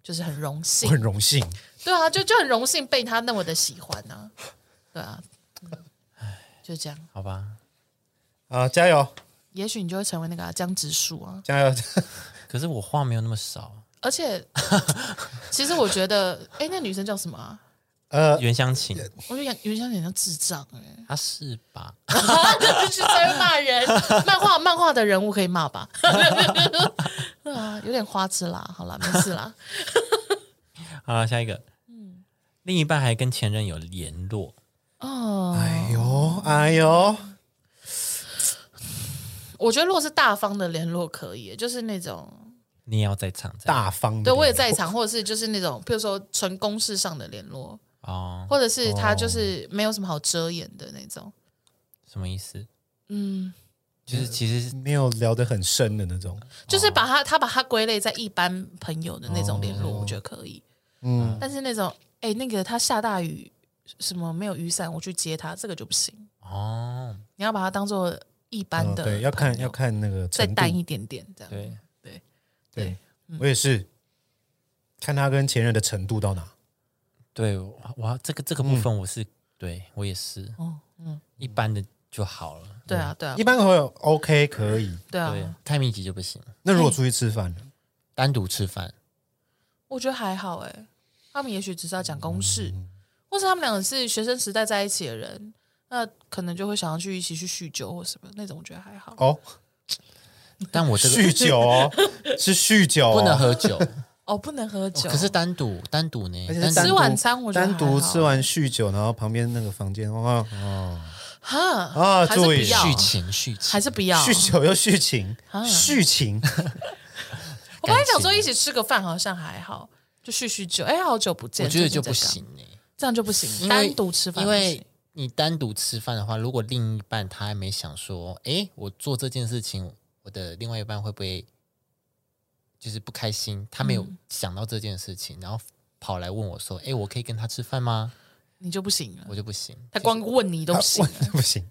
就是很荣我幸，很荣幸， 对啊，就就很荣幸被他那么的喜欢啊，对啊，嗯就这样。好吧？啊，加油，也许你就会成为那个、啊、江直树啊。加油！ 可是我话没有那么少， 而且，其实我觉得，哎，那女生叫什么、啊？呃，袁湘 琴，我就想袁湘琴像智障哎、他是吧？这就是在骂人。漫画漫画的人物可以骂吧？ 对啊，有点花痴啦。好啦，没事啦。好了，下一个，嗯另一半还跟前任有联络，哦，哎呦，哎呦，我觉得如果是大方的联络可以，欸就是那种你也要在场这样大方的，对我也在场，或者是就是那种，譬如说纯公事上的联络，哦？或者是他就是没有什么好遮掩的那种。什么意思？嗯，就是其实是没有聊得很深的那种，就是把他他把他归类在一般朋友的那种联哦络，我觉得可以。嗯，但是那种哎，那个他下大雨，什么没有雨伞，我去接他，这个就不行。哦，你要把它当做一般嗯的、对，要看要，看那个再程度淡，一点嗯点这样。对，对对我也是看他跟前任的程度到哪，对，我我这个这个部分我是、对我也是嗯哦，嗯，一般的就好了，对啊，对啊一，般会有 OK 可以，对对啊，，太密集就不行，那如果出去吃饭呢？单独吃 饭我觉得还好哎、他们也许只是要讲公事，嗯或是他们两个是学生时代在一起的人，那可能就会想要去一起去酗酒或什么那种，我觉得还好。哦哦，但我这个酗酒哦，是酗酒哦，不能喝酒，哦不能喝啊哦酒，可是单独单独呢而且，单独是单吃独晚餐我觉得单独还好吃完酗酒，然后旁边那个房间，哇，哈啊还是不注意要，续情续情还，是不要。酗酒又酗情，酗情，我刚才想说一起吃个饭好像还好，就叙叙酒，哎，好久不见，我觉得最就近不在干嘛行，欸呢、这样就不行，因为单独吃饭因不行为你单独吃饭的话，如果另一半他还没想说，诶，我做这件事情，我的另外一半会不会就是不开心？他没有想到这件事情，然后跑来问我说，诶，我可以跟他吃饭吗？你就不行了我。就不行。嗯他光问你都不行啊。我 不行，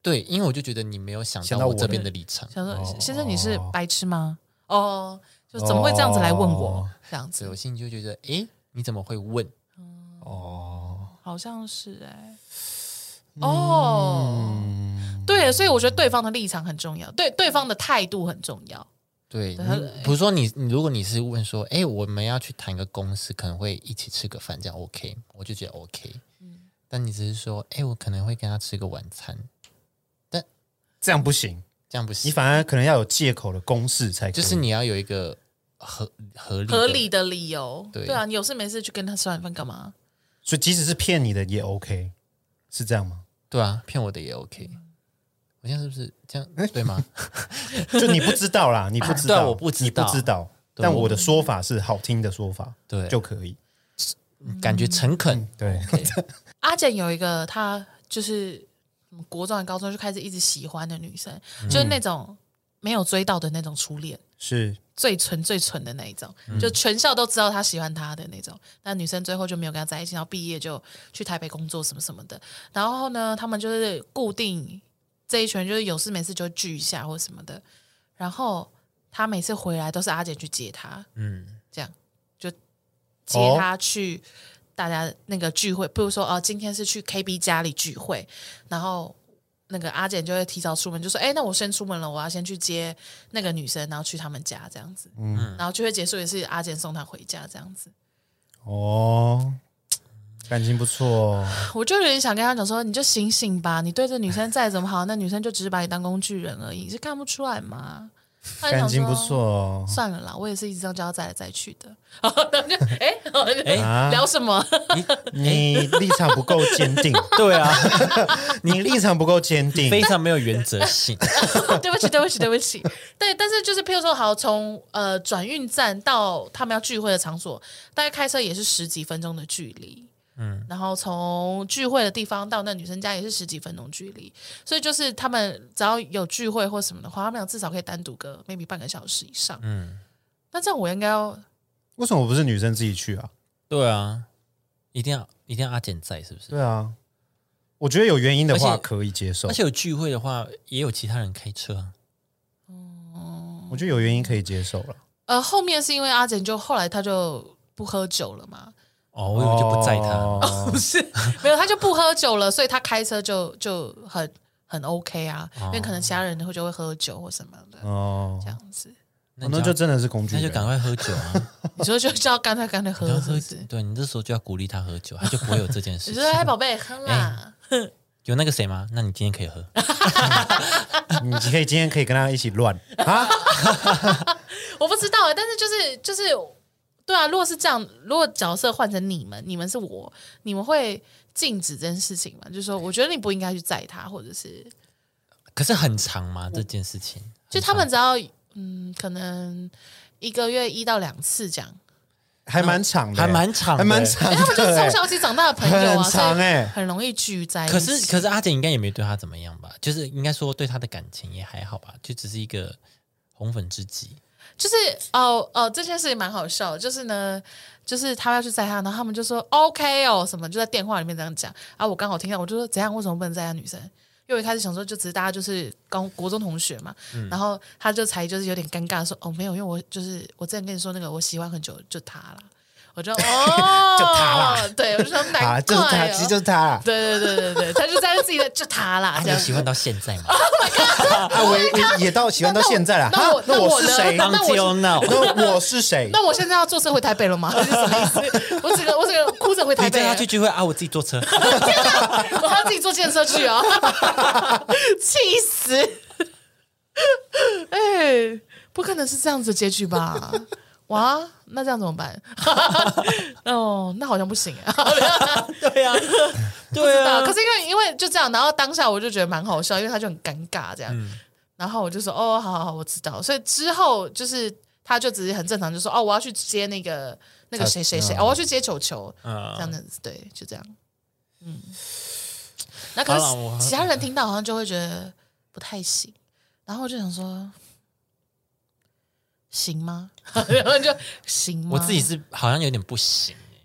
对，因为我就觉得你没有想想到到我我这边的立场， 想说哦先生你是白痴吗？哦，就怎么会这样子来问我哦？这样所以子我心里就觉得，诶，你怎么会问？哦，好像是哎、嗯哦，嗯对，所以我觉得对方的立场很重要，对对方的态度很重要。对，对他哎你比如说你，你如果你是问说，诶，我们要去谈个公司，可能会一起吃个饭，这样 OK，我就觉得 OK。但你嗯只是说，诶，我可能会跟他吃个晚餐，这样不行，这样不行。你反而嗯可能要有借口的公式才可以就是你要有一个合合理的合理的理由，对对啊，你有事没事去跟他吃完饭干嘛？所以即使是骗你的也 OK，是这样吗？对啊，骗我的也 OK。我嗯现在是不是这哎样对 吗？就你不知道啦，你不知道，对我不知道你不知道。对但我我的说法是好听的说法，对就可以。感嗯觉诚恳，对，阿简有一个，她就是嗯国中、高中就开始一直喜欢的女生，就是那种没有追到的那种初恋。 是最纯最纯的那一种，就全校都知道他喜欢他的那种。那女生最后就没有跟他在一起，然后毕业就去台北工作什么什么的。然后呢，他们就是固定这一群，就是有事没事就聚一下或什么的。然后他每次回来都是阿姐去接他， 嗯，这样就接哦他去大家那个聚会，比如说哦、今天是去 KB 家里聚会，然后那个阿简就会提早出门，就说：“哎、那我先出门了，我要先去接那个女生，然后去他们家这样子。”嗯，然后聚会结束也是阿简送她回家这样子。哦，感情不错哦。我就有点想跟他讲说：“你就醒醒吧，你对这女生再怎么好，那女生就只是把你当工具人而已，你是看不出来吗？”他就感想情说哎不错哦，算了啦，我也是一直这样叫他再来再去的。然后他就哎，哎哎，聊什么？你立场不够坚定，对啊，你立场不够坚 定，非常没有原则性。 对不起，对不起，对不起。对，但是就是譬如说，好，从呃转运站到他们要聚会的场所，大概开车也是十几分钟的距离。嗯，然后从聚会的地方到那女生家也是十几分钟距离，所以就是他们只要有聚会或什么的话，他们俩至少可以单独个 maybe 半个小时以上。嗯，那这样我应该要为什么不是女生自己去啊？对啊，一定要一定要阿简在，是不是？对啊，我觉得有原因的话而且可以接受而，且有聚会的话，也有其他人开车啊。我觉得有原因可以接受了。呃后面是因为阿简就后来他就不喝酒了嘛，哦，我以为就不载他。哦不是， 没有，他就不喝酒了，所以他开车就就很很 OK 啊，因为可能其他人会就会喝酒或什么的，哦这样子。那那你就就真的是工具那人，就赶快喝酒啊！你说就就要干脆干脆喝你要，是喝不酒是？对你这时候就要鼓励他喝酒，他就不会有这件事你情说。哎，宝贝，喝哎啦，有那个谁吗？那你今天可以喝，你可以今天可以跟他一起乱啊，我不知道哎，但是就是就是，对啊，如果是这样，如果角色换成你们，你们是我，你们会禁止这件事情吗？就是说，我觉得你不应该去载他，或者是可是很长吗？这件事情就他们只要嗯，可能一个月一到两次这样，还蛮长的，还蛮长的还蛮 长因为他们就是从的。小一起长大的朋友啊，很长所以欸很容易聚在一起。可是可是阿姐应该也没对他怎么样吧？就是应该说对他的感情也还好吧，就只是一个红粉知己。就是哦哦，这件事情蛮好笑的，就是呢，就是他要去载他，然后他们就说 OK 哦什么，就在电话里面这样讲啊。我刚好听到，我就说怎样，为什么不能载他女生？因为我一开始想说，就只是大家就是高国中同学嘛，嗯然后他就才就是有点尴尬地说哦没有，因为我就是我之前跟你说那个我喜欢很久就他啦，我 就哦就他啦，对我就说难怪、哦啊，就是他，其实就是啊他啦。对对对对对，他就在自己的就他 啦啊，这你有样子喜。欢到现在吗？啊，我也也到喜欢到现在了。那我哈哎那那我是呢谁？那我当机 o 闹，那我是谁？那我现在要坐车回台北了吗？ 还是什么意思？我整个我整个哭着回台你北带他了，去聚会啊，我自己坐车。我还要自己坐建车去 哦，气死！哎、不可能是这样子的结局吧？哇，那这样怎么办？ 哦，那好像不行哎、对呀， 对啊可，是因为因为就这样，然后当下我就觉得蛮好笑，因为他就很尴尬这样，嗯然后我就说哦，好好好，我知道。所以之后就是他就只是很正常，就说哦，我要去接那个那个谁谁谁，嗯哦我要去接球球，这嗯，样子，对，就这样。嗯，那可好啦我是其他嗯人听到好像就会觉得不太行，然后我就想说，行 吗？然后就行吗？我自己是好像有点不行欸，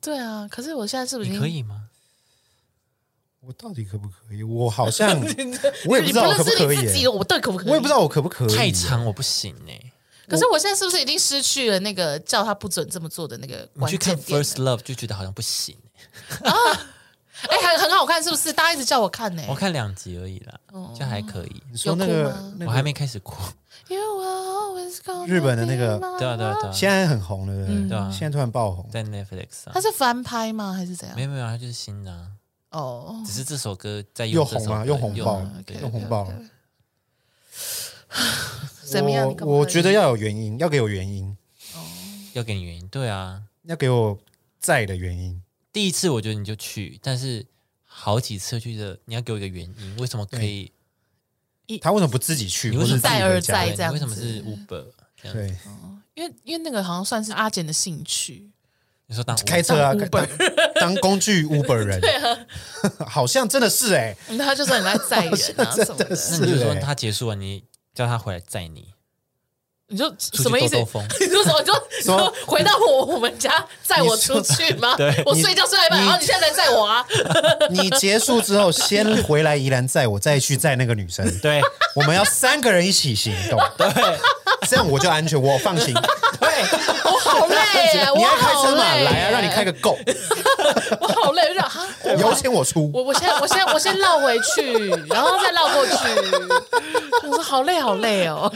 对啊，可是我现在是不是已你经可？以吗？我到底可不可以？我好像我也 不你知道我可认识可你以自己耶的，，我到底可不可以？我也不知。道我可不可以。太，长我不行哎。可是我现在是不是已经失去了那个叫他不准这么做的那个你关去键看点 First Love 就觉得好像不行欸，哎，很很好看，是不是？大家一直叫我看呢、我看两集而已啦，哦就还可以。你说那有哭个吗那我还个没开始 哭， You are always gonna 日本的那个 be my 对啊对啊对啊，现在很红了，嗯对不对啊对？现在突然爆红，在 Netflix 上他。是翻拍吗？还是怎样没？有没有，它就是新的、啊，哦只，是这首歌在又用这红首歌了，又红爆用嗯了，对又红爆了。怎么样？你可不可以我我觉得要有原因，要给我原因，要给你原因，对啊。要给我在的原因。第一次我觉得你就去，但是好几次去的，你要给我一个原因，为什么可以？他为什么不自己去？你为或什么是自己一再而回家再哎对这样为什么子是 Uber？这样对，因为因为那个好像算是阿简的兴趣，你说当开 Uber，车啊，当啊当当工具 Uber 人， 好像真的是哎、那他就是很爱载人啊什么的。那你就说是欸他结束了，你叫他回来载你你就出什么去意兜思？兜风。 你就说你就你么说回到我我们家载我出去吗？对我睡觉睡到一半，然后你现在来载我啊？你结束之后先回来宜兰载我，再去载那个 女生，对我们要三个人一起行动，对这样我就安全，我放心。对，我好累啊！你我爱开好车累嘛，啊，来啊，让你开个够，我好累，我就想哈，油钱我出。我我先我先我先绕回去，然后再绕过去。我说好累好累哦，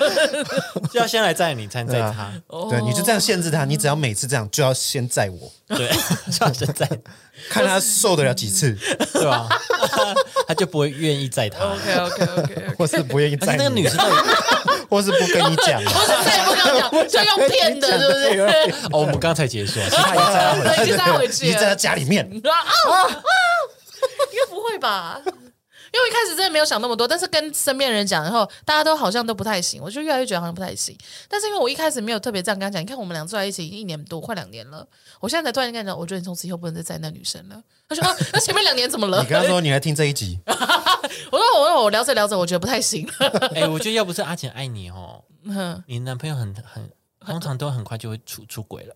就要先来载你，才能载对啊他。对，你就这样限哦制他，你只要每次这样就要先载我，对， 就要先载你，看他受得了几 次，对吧？ 他就不会愿意载他。 OK OK OK，或是不愿意而且哦载那个女你，生到底， 或是不跟你讲。啊不是再也不跟我讲，就用骗的，是不是？哦，我们刚才结束了，其实他已经载他回来对，就再回去你在他了。家里面，啊啊！啊应该不会吧？因为我一开始真的没有想那么多，但是跟身边人讲以后，大家都好像都不太行，我就越来越觉得好像不太行。但是因为我一开始没有特别这样跟他讲，你看我们俩住在一起一年多，快两年了，我现在才突然跟他讲，我觉得你从此以后不能再载那女生了。他说、啊那前面两年怎么了你？跟他说你来听这一集，啊我说我我聊着聊着，我觉得不太行 了。 哎、我觉得要不是阿简爱你哦，你男朋友很很通常都很快就会出出轨了，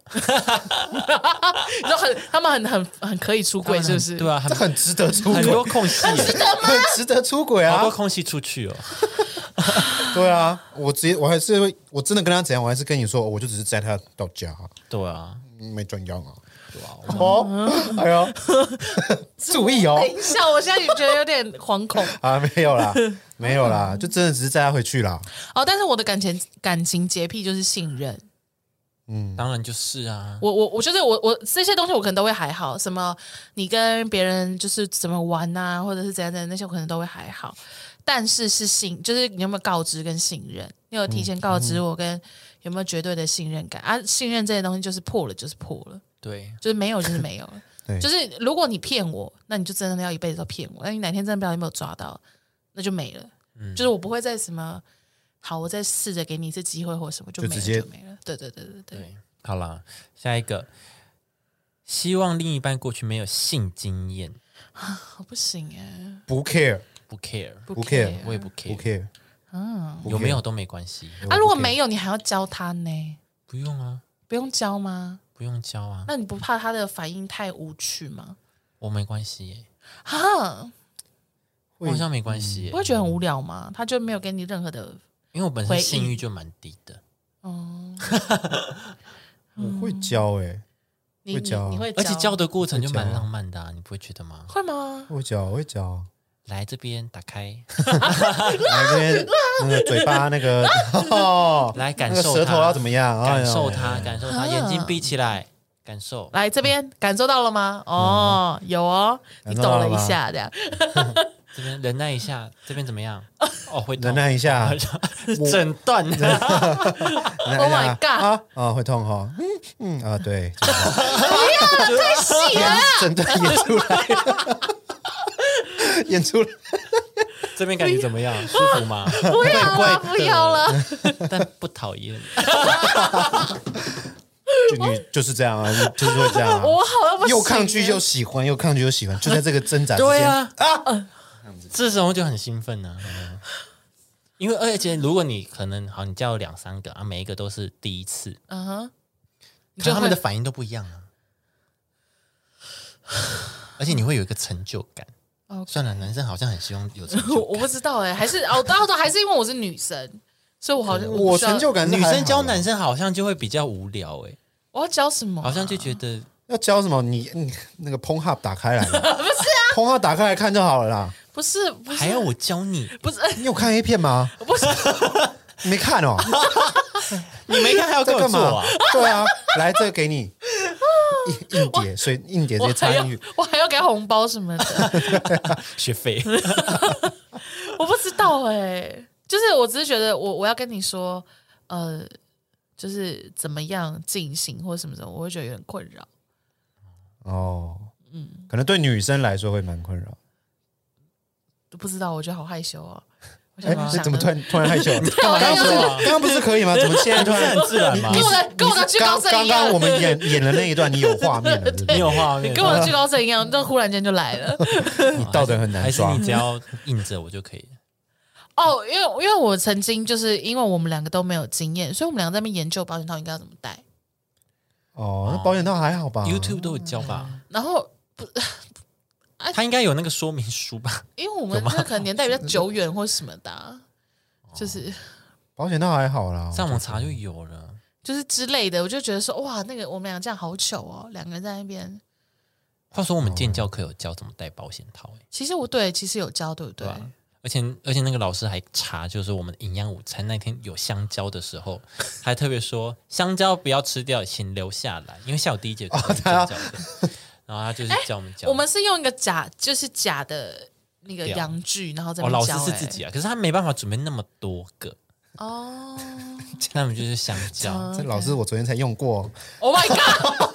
你说很他们很很很可以出轨，是不是？对啊，很这很值得出很多轨，空 隙耶，很值得出轨好啊多！空隙出去哦。对啊，我直接我还是会，我真的跟他怎样，我还是跟你说，我就只是载他到家，对啊，没转让啊。对啊，哦，哎呦，注意哦等！一下，我现在觉得有点惶恐。 啊，没有啦，没有啦，就真的只是载他回去啦。哦，但是我的感情感情洁癖就是信任，嗯，当然就是啊，我我我觉得我我这些东西我可能都会还好，什么你跟别人就是怎么玩啊，或者是怎样怎样那些我可能都会还好，但是是信，就是你有没有告知跟信任，你有提嗯前告知我跟有没有绝对的信任感啊？信任这些东西就是破了就是破了，对，就是没有就是没有了对就是如果你骗我，那你就真的要一辈子都骗我，那你哪天真的不小心没有抓到，那就没了，就是我不会再什么。好，我再试着给你一次机会或什么，就就没了直接就没了。对对对对对，对，好啦，下一个，希望另一半过去没有性经验，好不行哎、不 care 不 care，不不 care， care，我也不不 care， care，不有没 care 有都没关系，啊，如果 OK 没有，你还要教他呢？不用啊，不用教吗？不用教啊，那你不怕他的反应太无趣吗？我没关系耶，啊，我好像没关系耶嗯不，会觉得很无聊吗？他就没有给你任何的，因为我本身性欲就蛮低的，嗯，我会教哎、你会教你你会而且教的过程就蛮会教浪漫的啊，你不会觉得吗？会吗？我会教，我会教。来这边打开，来这边，嗯那个嘴巴那个，哦、来感那个受舌它头要怎么样？哎感呦受它，感受它，啊眼睛闭起来，感受。来这边感受到了吗？哦，有哦，你抖感受到了了吗一下这样，这边忍耐一下，这边怎么 样？哦，会痛忍耐 一下，整段，忍 Oh 耐 my 一下 god 啊啊，会痛哈、嗯嗯啊，对，太细了，整段演出来了， 演出来， 这边感觉怎么 样？舒服吗？ 不要了，不要了，但不讨厌。 就你就是这样啊，你就是会这样、啊，我好像不行欸又抗拒又喜欢，又抗拒又喜欢，就在这个挣扎之间，对啊，啊，这时候就很兴奋呢、啊。因为而且，如果你可能好，你叫了两三个啊，每一个都是第一次，嗯哼，你可就他们会的反应都不一样啊。而且你会有一个成就感。 OK 算了，男生好像很希望有成 我就我不知道哎，还是哦，到到还是因为我是女生，所以我好像我不知道成就感感。是女还好啊生教男生好像就会比较无聊哎、我要教什么啊，好像就觉得要教什么？你你那个 p o n hub 打开来，不是啊 p o n hub 打开来看就好了啦。不是不是还要我教你，不是你有看 A 片吗？不是。你 没看哦，你没看还要跟在我干做嘛啊？？对啊，来这个给你硬硬碟，所以硬碟直我接还要参与。我还要给他红包什么的，学费我不知道哎、就是我只是觉得我我要跟你说，呃，就是怎么样进行或什么什么，我会觉得有点困扰。哦，可能对女生来说会蛮困扰。不知道，我觉得好害羞哦。我想哎，说这怎么突？然突然害羞？想的刚刚不是对我刚刚刚刚不是可以吗？怎么现在突然这很自然吗跟我的跟我的你是居高刚声刚一刚我样，们演演了那一段，你有画面了，是 不你是有画面，跟我的居高声一样，就忽然间就来 了。你道德很难还是抓你。只要硬着我就可以了。哦，因为因为我曾经就是因为我们两个都没有经验，所以我们两个在那边研究保险套应该要怎么戴。哦，那保险套还好吧 YouTube 都有教吧？然后啊他应该有那个说明书吧？因为我们这个可能年 代比较久远或什么的啊、就是。保险套还好啦。上网查就有了。就是之类的，我就觉得说，哇，那个我们俩这样好糗哦，两个人在那边。话说我们建教课有教怎么戴保险哦套、欸，其实我对，其实有教，对不对？对吧、啊而且而且那个老师还查，就是我们营养午餐那天有香蕉的时 候，还特别说香蕉不要吃掉，请留下来，因为下午第一节课哦我们建教课，然后他就是叫我们教。哎我们是用一个假，就是假的那个对啊洋剧，然后在哦，那老边师教、欸是自己啊，可是他没办法准备那么多个，哎哦。他们就是香蕉。 这老师我昨天才用过， Oh my god！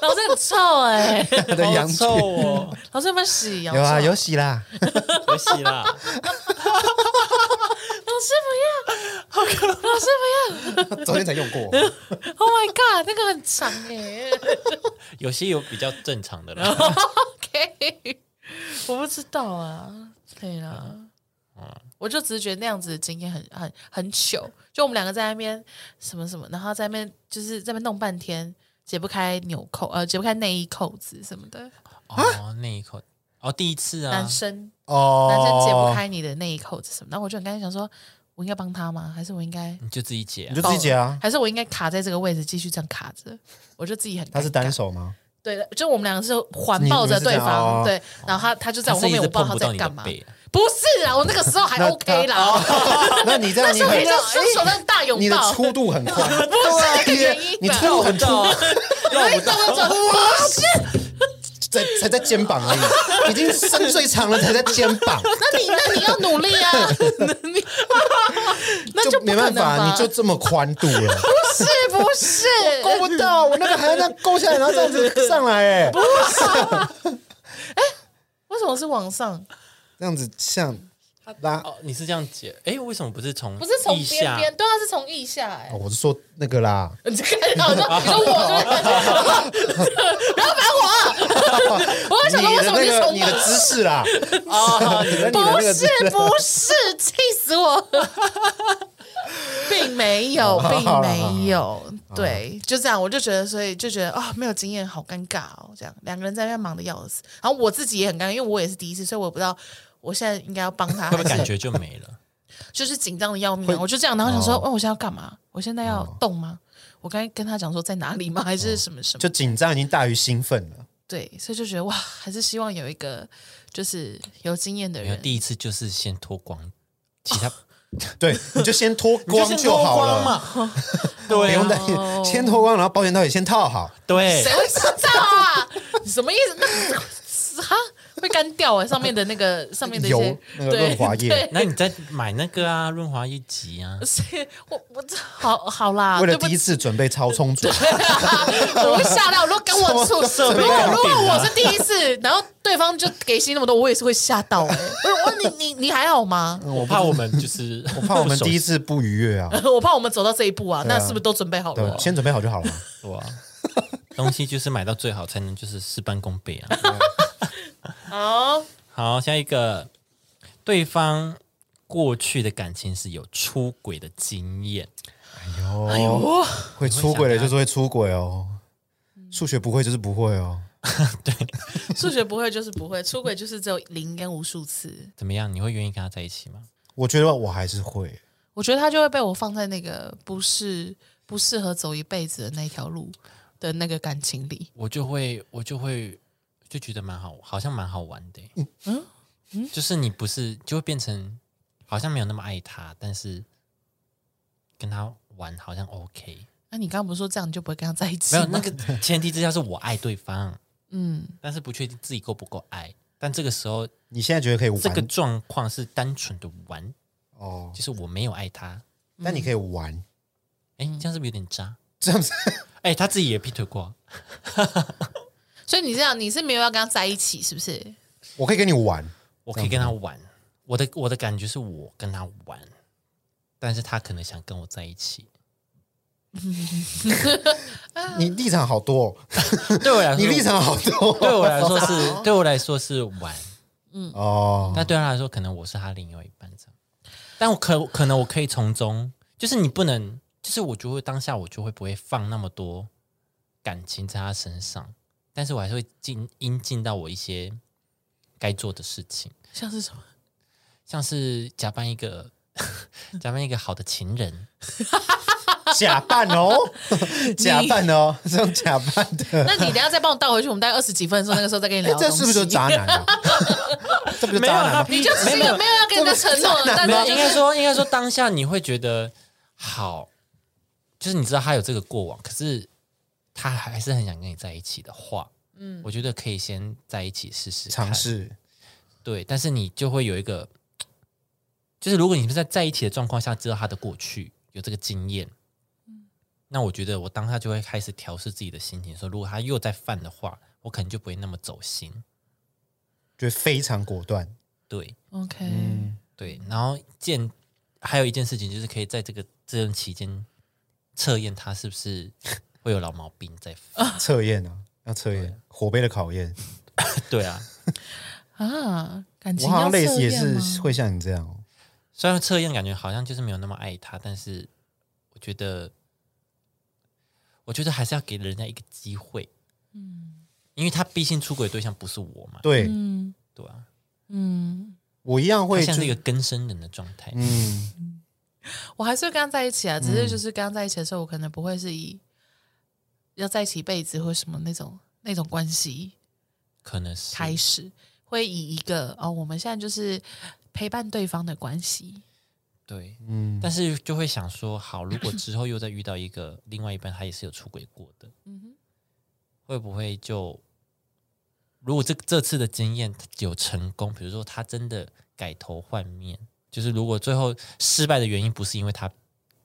老师很臭哎、他的洋好具臭哦，老师有没有洗洋有啊，臭有洗啦。 可惜啦。老师不要，老师昨天才用过，不要。Oh my god！那个很长哎、有些有比较正常的 啦。 OK，我不知道啊，对啦，嗯我就只是觉得那样子的经验很很很糗，就我们两个在那边什么什么，然后在那边就是在那边弄半天，解不开纽扣，呃，解不开内衣扣子什么的，哦，那一口，哦，第一次啊男，生嗯哦，男生解不，开你的内衣扣子什么，然后我就很刚才想说，我应该帮他吗？还是我应该？你就自己解你啊、就自己解啊。还是我应该卡在这个位置继续这样卡着，我就自己很他是尴尬单手吗？对，就我们两个是环抱着对你们是这样方，哦对，然后他他就在我他是后一面，直我不知道碰不他在到你的干嘛，背啊，不是啦，我那个时候还 OK 啦，那你这哦样，你就你很就双手那大拥你的抱， 粗度很宽，是这个对啊原因吧你的你粗度很粗，我一动就不是。 在才在肩膀而已，已经伸最长了才在肩 膀，那你那你要努力 啊，那你那 就不没可办能吧法，你就这么宽度了，不是不是，够不到， 我那个还要这样勾下来，然后这样子上来，哎，为什么是往上？这样子像拉，哦，你是这样解？哎，为什么不是从不是从腋边下？边，对啊，是从腋下哎哦。我是说那个啦，你这个人， 我说你说我对不对？ 不要烦我啊！ 我还想说为什么你的是那个从你的姿势啦， 啊，你的你的不那个是姿势不是，气死我！并没有，并没有，对，就这样，我就觉得，所以就觉得啊、没有经验，好尴尬哦，这样两个人在那边忙的要死，然后我自己也很尴尬，因为我也是第一次，所以我也不知道我现在应该要帮他，会不会还感是觉就没 了？就是紧张的要命啊，我就这样，然后想说，哦，我现在要干嘛？我现在要动吗？我刚才跟他讲说在哪里吗？还是什么什么？就紧张已经大于兴奋了。对，所以就觉得哇，还是希望有一个就是有经验的没有，人，第一次就是先脱光，其他对，你就先脱哦光就好了，嘛。 不对用啊，担心， 先脱光，然后保险套也先套好。对谁，会知道啊？ 什么意思？那是哈会干掉哎、上面的那个上面的一些油那个对润滑液对那你再买那个啊，润滑一级啊，谁我我这好好啦，为对了不第起一次准备超充足，啊， 我会吓到。如果跟 我处，什么什如果么啊如什果么我是第一次，然后对方就给薪那么多，我也是会吓到哎、我我你你你还好吗？ 我怕我们就是， 我怕我们第 一次次不愉悦啊。我怕我们走到这一步啊，啊那是不是都准备好了对，？先准备好就好了嘛。啊，东西就是买到最好才能就是事半功倍 啊。好，好，下一个，对方过去的感情是有出轨的经验，哦哎呦，会出轨的就是会出轨哦，嗯数学不会就是不会哦。数学不会就是不会，出轨就是只有零跟无数次。怎么样？你会愿意跟他在一起吗？我觉得我还是会，我觉得他就会被我放在那个不是不适合走一辈子的那条路的那个感情里。我就会，我就会就觉得蛮好，好像蛮好玩的欸、就是你不是就会变成好像没有那么爱他，但是跟他玩好像 OK。那、你刚刚不是说这样你就不会跟他在一起没有吗？那个前提之下是我爱对方，嗯，但是不确定自己够不够爱。但这个时候，你现在觉得可以玩这个状况是单纯的玩，哦，嗯就是我没有爱他。但你可以玩哎，这样是不是有点渣？这样子， 哎，他自己也劈腿过，所以你这样你是没有要跟他在一起，是不是？我可以跟你玩，我可以跟他玩。我的我的感觉是我跟他玩，但是他可能想跟我在一起。你立场好多哦，对我来说，你立场好多哦对我来说是对我来说是玩，哦。但对他来说可能我是他另外一半这样。但我可可能我可以从中，就是你不能，就是我就会当下我就会不会放那么多感情在他身上，但是我还是会尽应尽到我一些该做的事情。像是什么？像是假扮一个 假扮一个好的情人，假扮哦，假扮哦，这种假扮的，那你等一下再帮我倒回去，我们大概二十几分的时候，那个时候再跟你哎聊。这是不是就是？渣男啊？这不就渣男啊吗？你你就是一个没有要跟人家承诺的，但没有，啊是就应该是 说应该说当下你会觉得好，就是你知道他有这个过往，可是他还是很想跟你在一起的话，嗯，我觉得可以先在一起试试看尝试对，但是你就会有一个，就是如果你们在在一起的状况下知道他的过去，有这个经验，嗯那我觉得我当下就会开始调试自己的心情，说如果他又在犯的话，我可能就不会那么走心。觉得非常果断，对 OK，、嗯对，然后见还有一件事情就是可以在这个这段期间测验他是不是会有老毛病在 犯。测验啊，要测验火杯的考验。对啊，啊，感情我好要像类测似也验吗是会像你这样哦，虽然测验感觉好像就是没有那么爱他，但是我觉得，我觉得还是要给人家一个机会。嗯，因为他毕竟出轨对象不是我嘛，对嗯对啊，嗯。我一样他会就像是一个更生人的状态。嗯，我还是会跟他在一起啊，只是就是跟他在一起的时候，我可能不会是以要在一起一辈子或什么那种那种关系可能是开始，会以一个哦，我们现在就是陪伴对方的关系。对，嗯，但是就会想说，好，如果之后又再遇到一个另外一半，他也是有出轨过的，嗯哼，会不会就如果这这次的经验有成功，比如说他真的改头换面，就是如果最后失败的原因不是因为他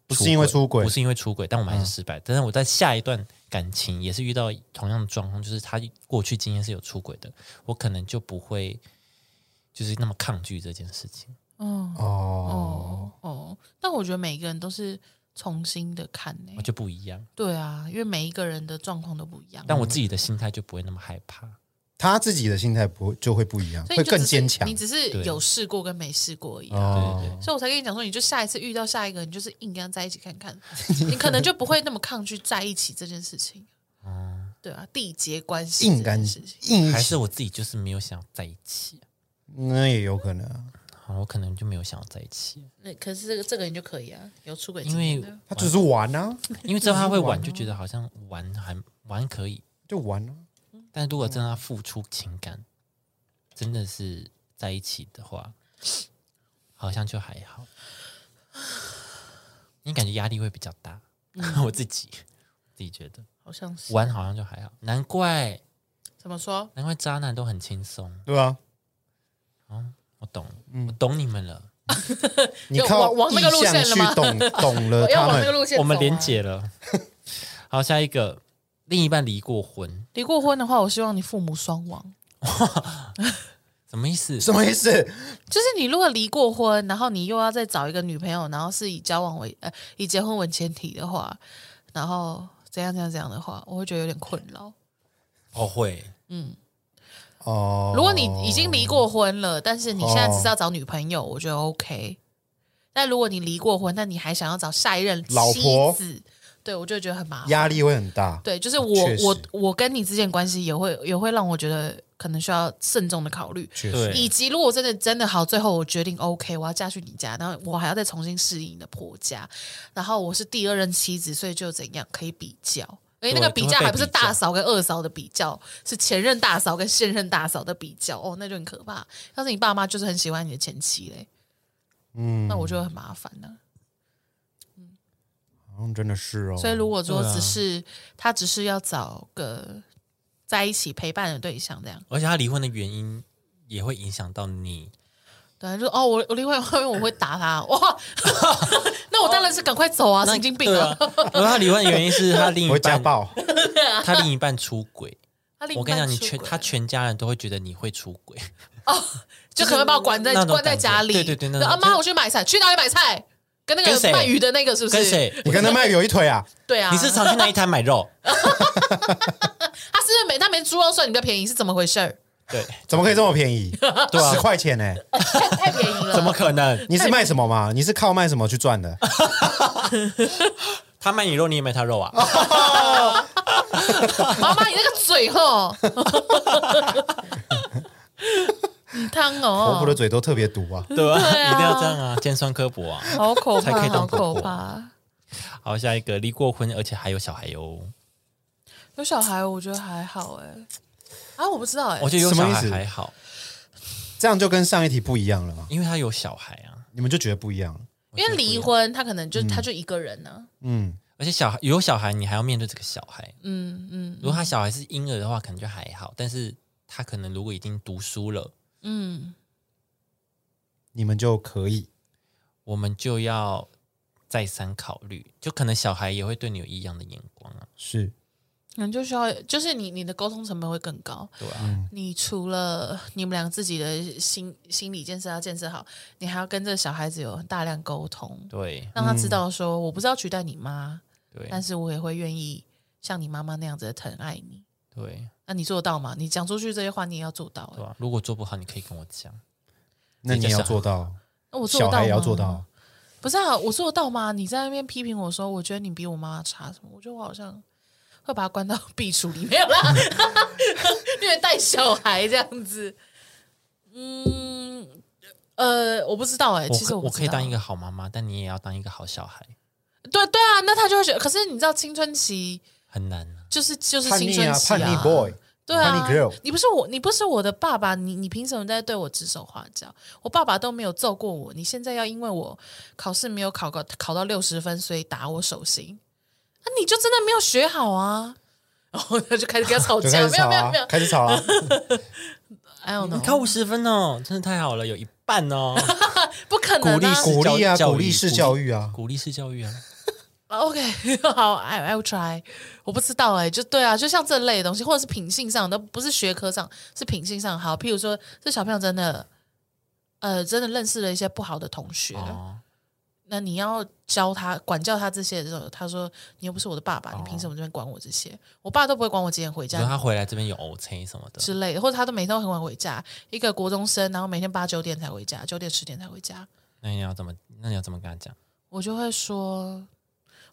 不是因为出轨嗯不是因为出轨，但我们还是失败。但是我在下一段感情也是遇到同样的状况，就是他过去经验是有出轨的，我可能就不会就是那么抗拒这件事情。哦哦，哦哦，但我觉得每一个人都是重新的看呢、我就不一样，对啊，因为每一个人的状况都不嗯一样，但我自己的心态就不会那么害怕。他自己的心态不会就会不一样，所以会你就只更是坚强你。只是对有试过跟没试过啊一样。对对哦对，所以我才跟你讲说，你就下一次遇到下一个，你就是硬跟他在一起看 看，你可能就不会那么抗拒在一起这件事 情。对啊，缔结关系哦硬这干件事情，硬还是我自己就是没有想要在一起，那也有可能啊。好，我可能就没有想要在一起，那可是这个这个你就可以啊，有出轨因经验的为他只是玩啊，因为之后他会玩，就觉得好像玩还玩可以，就玩啊。但如果真的要付出情感，真的是在一起的话，好像就还好。你感觉压力会比较大， 我自己自己觉得好像是玩好像就还好，难怪怎么说？难怪渣男都很轻松。对啊，我懂了，我懂你们了，你靠往往那个路意向线了吗 去懂懂了我要他往那个们，路线走啊我们连结了。 好，下一个，另一半离过婚，离过婚的话，我希望你父母双亡。什么意思？什么意思？就是你如果离过婚，然后你又要再找一个女朋友，然后是以交往为呃以结婚为前提的话，然后怎样怎样怎样的话，我会觉得有点困扰。哦，会，哦，如果你已经离过婚了，但是你现在只是要找女朋友，我觉得哦 OK。但如果你离过婚，但你还想要找下一任妻老婆子，对我就觉得很麻烦。压力会很大，对，就是我确实我我跟你之间的关系也会也会让我觉得可能需要慎重的考虑。确对实以及如果真的真的好，最后我决定 OK，我要嫁去你家，然后我还要再重新适应你的婆家，然后我是第二任妻子，所以就怎样可以比较。哎，那个比较还不是大嫂跟二嫂的比较，是前任大嫂跟现任大嫂的比较哦，那就很可怕。要是你爸妈就是很喜欢你的前妻嘞，嗯，那我就很麻烦了、啊好像真的是哦。所以如果说对啊只是、他只是要找个在一起陪伴的对象这样，而且他离婚的原因也会影响到你。对啊，就哦，我我另外后面我会打他，哇，那我当然是赶快走啊，神经病哦对啊啊！！ 如果他离婚的原因是他另我会一家半， 暴，他另一半出轨。他另一我跟你半讲，你出全轨他全家人都会觉得你会出轨，就可能把我关在那种关在感觉家里，对对对那种啊就妈，是我去买菜，去哪里买菜？跟那跟个谁卖鱼的那个是不是？跟？谁？你跟他卖有一腿啊？对啊，你是常去那一摊买 肉？他是不是没他没猪肉算你比较便宜，是怎么回 事儿？对怎么可以这么 便宜？对十啊，块钱欸呢？太太便宜了，怎么可能？你是卖什么嘛？你是靠卖什么去赚的？他卖你肉，你也卖他肉啊？哦妈妈你那个 嘴吼，嗯汤婆婆的哦，嘴都特别毒啊！对吧？对啊一定要这样啊，尖酸刻薄啊！好可才可怕，以当好婆可婆怕。好，下一个离过婚，而且还有小孩哦哟。有小孩我觉得还好哎、啊我不知道哎、我觉得有什小么意孩思还好，这样就跟上一题不一样了嘛？因为他有小孩啊，你们就觉得不一样了？因为离婚他可能就、他就一个人呢、嗯，而且小孩有小孩，你还要面对这个小孩。嗯嗯如果他小孩是婴儿的话，可能就还好，但是他可能如果已经读书了。嗯，你们就可以我们就要再三考虑，就可能小孩也会对你有异样的眼光啊，是可能就需要就是你你的沟通成本会更高，对啊，嗯你除了你们俩自己的心心理建设要建设好，你还要跟这个小孩子有很大量沟通，对让他知道说、我不是要取代你妈，但对是我也会愿意像你妈妈那样子的疼爱你。对那你做到吗？你讲出去这些话，你也要做到、对欸。啊，如果做不好，你可以跟我讲，那你也要做到，那我做小得到孩吗？也要做到。不是啊，我做得到吗？你在那边批评我说，我觉得你比我妈妈差什么？我觉得我好像会把他关到壁橱里面 啦，虐待小孩这样子。嗯，呃，我不知道哎、我其实可我我不知道可以当一个好妈妈，但你也要当一个好小孩，对对啊，那他就会觉得，可是你知道青春期很难啊。就是就是叛青逆春啊，期叛逆 boy， 对啊 Honey Grill 你不是我，你不是我的爸爸，你你凭什么在对我指手画脚？我爸爸都没有揍过我，你现在要因为我考试没有考个考到六十分，所以打我手心，那、你就真的没有学好啊！然后他就开始跟他吵 就架，开始没有吵没有没啊，有开始吵 啊， ，I don't 你考 know，五十分哦，真的太好了，有一半 哦。不可鼓能励啊式鼓教励啊教育鼓励式教育啊鼓励式教育啊。 ！OK，好，I I will try，我不知道哎、就对啊，就像这类的东西，或者是品性上的，都不是学科上，是品性上好。譬如说，这小朋友真的，呃，真的认识了一些不好的同学。哦，那你要教他管教他这些的时候，他说：“你又不是我的爸爸，你凭什么这边管我这些？我爸都不会管我几点回比哦如说家他回来这边有 O C 什么的，之类的，或者他都每天都很晚回家。一个国中生，然后每天八九点才回家，九点十点才回家，那你要怎么？那你要怎么跟他讲？我就会说，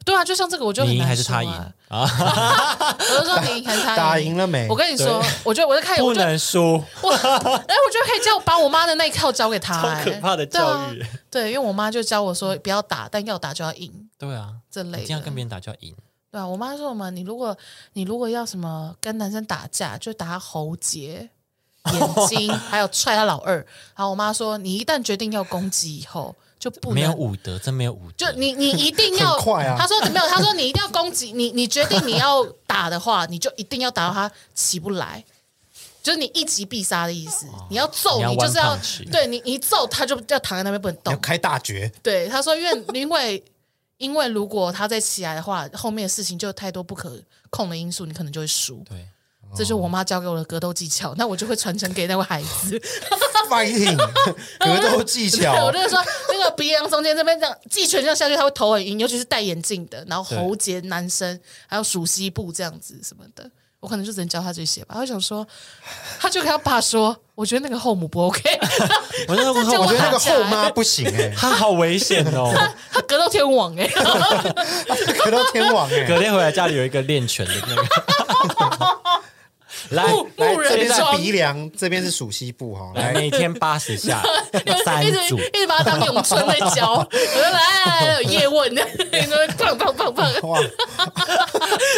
对啊，就像这个，我就很你赢难还是说、他赢啊。啊？我就说你赢还是 打他赢了没？哎我跟你说，我就我就看，不哎我就能输，我，哎，我就可以叫把我妈的那一套交给他、超哎可怕的对啊教育。对，因为我妈就教我说不要打，但要打就要赢对啊，这类你的。这样跟别人打就要赢。对啊，我妈说嘛，你如果你如果要什么跟男生打架，就打他喉结、 眼睛，还有踹他老二。然后我妈说，你一旦决定要攻击以后，就不没有能。武德，真没有武就德。你，你一定要，很快啊她说没有，她说你一定要攻击你，你决定你要打的话，你就一定要打到他起不来，就是你一击必杀的意思。你要哦揍你要就是要 one punch 对你你一揍他就要躺在那边不能你动要。开大 绝，对，他说，因为因为因为如果他再起来的话，后面的事情就有太多不可控的因素，你可能就会输。对，这就是我妈教给我的格斗技巧，那我就会传承给那位孩子。 fighting 格斗技对 巧我就，是说，那个鼻梁中间这边这样击拳这样下去，他会头很晕，尤其是戴眼镜的，然后喉结、男生还有属膝部这样子什么的。我可能就只能教他这些吧。他想说，他就跟他爸说，我觉得那个后母不 OK，我那个就我 我觉觉得得那打个架后妈不行哎，他好危险哦。他格斗天王哎、 格斗天王 哎，隔天回来家里有一个练拳的那个，来木来木这人边是桩。鼻梁，这边是属西部哈，来 来每天八十下三一直组，一直把他当咏春在 教，我就来来来有叶问，你说胖胖胖 胖，哇，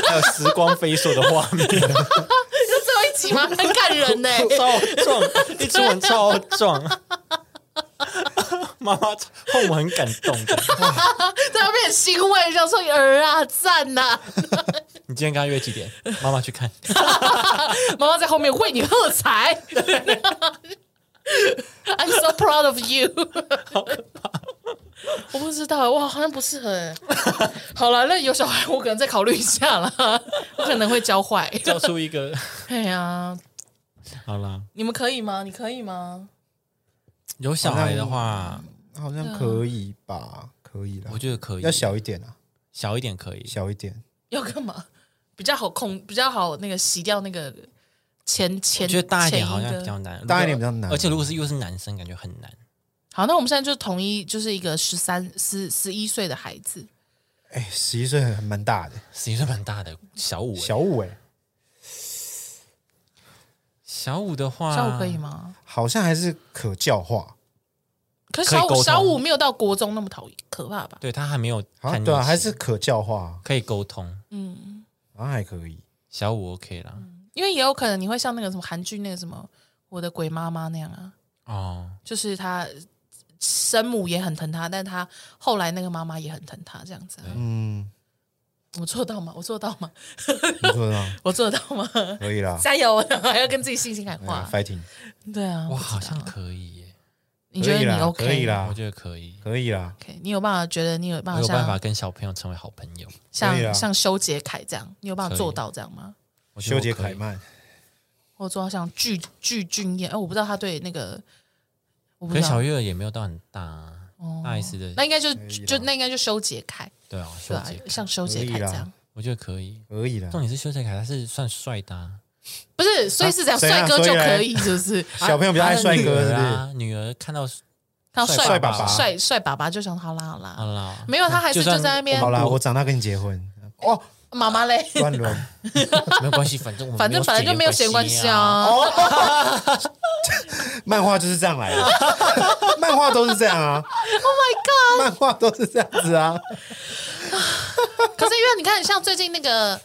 还有时光飞速的画面，这最后一集吗？很感人呢、超壮，一出门超壮。妈妈后母很感动的，在那边很欣慰，想说儿啊赞呐、你今天跟他约几点？妈妈去看，妈妈在后面为你 喝彩。I'm so proud of you 我不知道，哇，好像不适合欸。 好了，那有小孩，我可能再考虑一下啦， 我可能会教坏。 叫出一个。哎呀，好啦，你们可以吗？你可以吗？有小孩的话，好像啊可以吧，可以了我，觉得可以，要小一点啊，小一点可以。小一点， 要干嘛？比较好控，比较好那个洗掉那个前我前。觉得大一点前好像个比较难，大一点比较难而且如果是又是男生，感觉很难。好。那我们现在就统一，就是一个十三、十十一岁的孩子，哎，十一岁还蛮大的，十一岁蛮大的，小五欸、小五哎，小五的话，小五可以？吗？好像还是可教化，可是可以小沟五通小五没有到国中那么讨厌可怕吧？对他还没有好叛像逆对啊，期还是可教化，可以沟通。嗯，好像还可以，小五 OK 啦，因为也有可能你会像那个什么韩剧那个什么《我的鬼妈妈》那样啊，哦，就是她生母也很疼她，但她后来那个妈妈也很疼她，这样子啊、嗯，我做到吗？我做到吗？你说 呢？我做得到吗？可以啦， 加油！还要跟自己信心喊哎话。 ，fighting 对啊，我不知道好像可以耶，你觉得可以你啦 OK？可以啦我觉得可以，可以啦， o k 你有办法觉得你有办我法有像办法跟小朋友成为好朋友。可以啦像像修杰楷这样，你有办法可以做到这样吗？我觉得修我杰可以楷，曼，或者做到像具具俊彦？哎、我不知道他对那个，我不可知是小道。哦月儿也没有到很大、啊，大 S 那的应该就以啦就那应该就修杰楷对啊，对修吧、杰楷，像修杰可楷以啦这样，我觉得可以。可以啦，重点是修杰楷他是算帅的、啊，不是？所以是这样，怎帅样哥就所以嘞可以，是不是？啊小朋友比较爱帅哥，是他的女儿不是？啊，女儿看到他帅帅爸爸帅帅爸爸就想好啦好好啦，啦，没有他还是就算就在那边好啦，我长大跟你结婚哦，妈妈嘞，乱伦 没有关系，反正我们反正反正就没有血缘关系啊。漫画就是这 样来的，漫画都是这样啊。Oh my god，漫画都是这样子啊。可是因为你看，像最近那个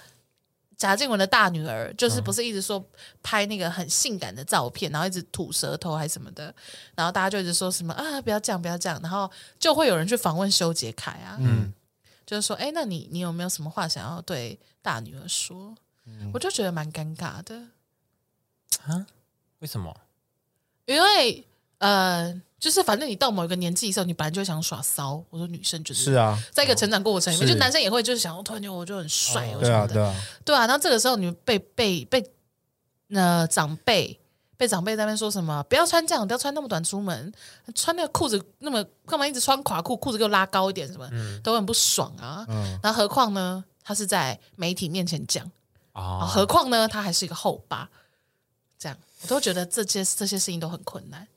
贾静雯的大女儿，就是嗯不是一直说拍那个很性感的照片，然后一直吐舌头还什么的，然后大家就一直说什么啊，不要这样，不要这样，然后就会有人去访问修杰楷啊，嗯，就是说，哎，那你你有没有什么话想要对大女儿说？嗯我就觉得蛮尴尬的，啊？为什么？因为呃，就是反正你到某一个年纪的时候，你本来就会想耍骚。我说女生就是是啊，在一个成长过程里面，是就男生也会就是想，哦突然间我就很帅，我什对啊，么对的，啊，对啊。然后这个时候你被被被呃长辈被长辈在那边说什么，不要穿这样，不要穿那么短出门，穿那个裤子那么干嘛一直穿垮裤，裤子给我拉高一点什么，都很不爽啊。嗯，然后何况呢，他是在媒体面前讲，啊哦，何况呢，他还是一个后爸，这样我都觉得这些这些事情都很困难。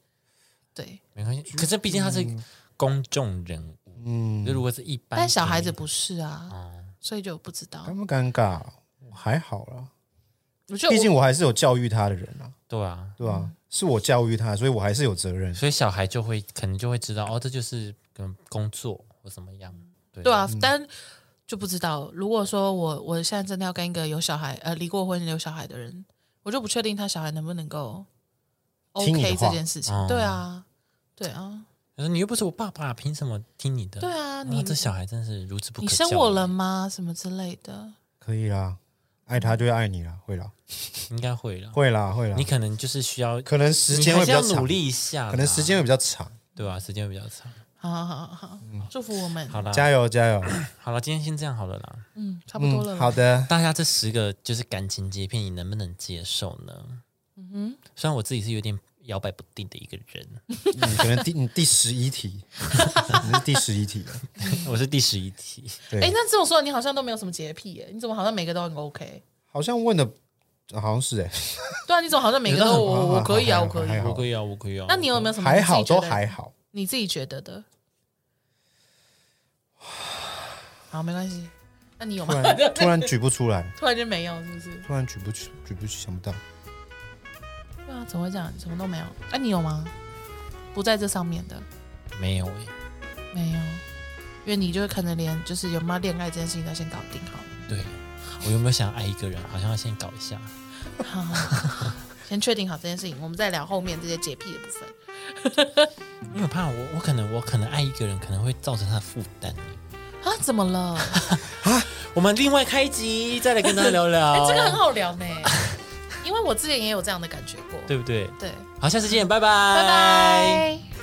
对，没关系。可是毕竟他是公众人物，嗯就如果是一般，嗯但小孩子，不是啊，哦，所以就不知道尴。不尴尬？还好啦，我嗯觉得毕我竟我还是有教育他的人啊，对啊，对吧？是我教育他，所以我还是有责任。所以小孩就会可能就会知道，哦，这就是嗯工作或怎么样，对对嗯啊，但就不知道。如果说我我现在真的要跟一个有小孩呃离过婚有小孩的人，我就不确定他小孩能不能够听你的 OK 话这件事情。哦对啊，对啊，他说你又不是我爸爸，凭什么听你的？对啊，哇你这小孩真是孺子不可你教。生我了吗？什么之类的。可以啦，爱他就会爱你啦，会啦，应该会了。会啦，会啦你。可能就是需要可能时间会比你还较是要长努，力一下啦，可能时间会比较长。对啊，时间会比较长。好好好好好，嗯祝福我们。好啦，加油，加油！好了，今天先这样好了啦。嗯，差不多了。嗯，好的，大家这十个就是感情洁癖，你能不能接受呢？嗯哼，虽然我自己是有点摇摆不定的一个人， 嗯，可能第你第十一 题，你是第十一题了，我是第十一题，对，哎、那这种说你好像都没有什么洁癖耶，你怎么好像每个都很 OK？好像问的，好像是哎、对啊，你怎么好像每个都有的很我我可以啊，我还好可以还。好我可以啊，我可以啊。那你有没有什么还嗯你好自己觉都得还好，你自己觉得的？ 好，没关系。那你有突吗？然突然举不出来， 突然就没有，是不是？突然举不起，举不起，想不到。对啊，怎么会这样？什么都没有。那、你有吗？不在这上面的没有欸诶，没有，因为你就是可能连就是有没有恋爱这件事情都先搞定好了对我有没有想爱一个人？好像要先搞一下。好好，好 先确定好这件事情，我们再聊后面这些洁癖的部分。因为我怕我，我可能我可能爱一个人，可能会造成他的负担。啊，怎么了？我们另外开一集再来跟大家聊聊， 哎、这个很好聊呢，因为我之前也有这样的感觉过。对不对？对，好，下次见，拜拜拜。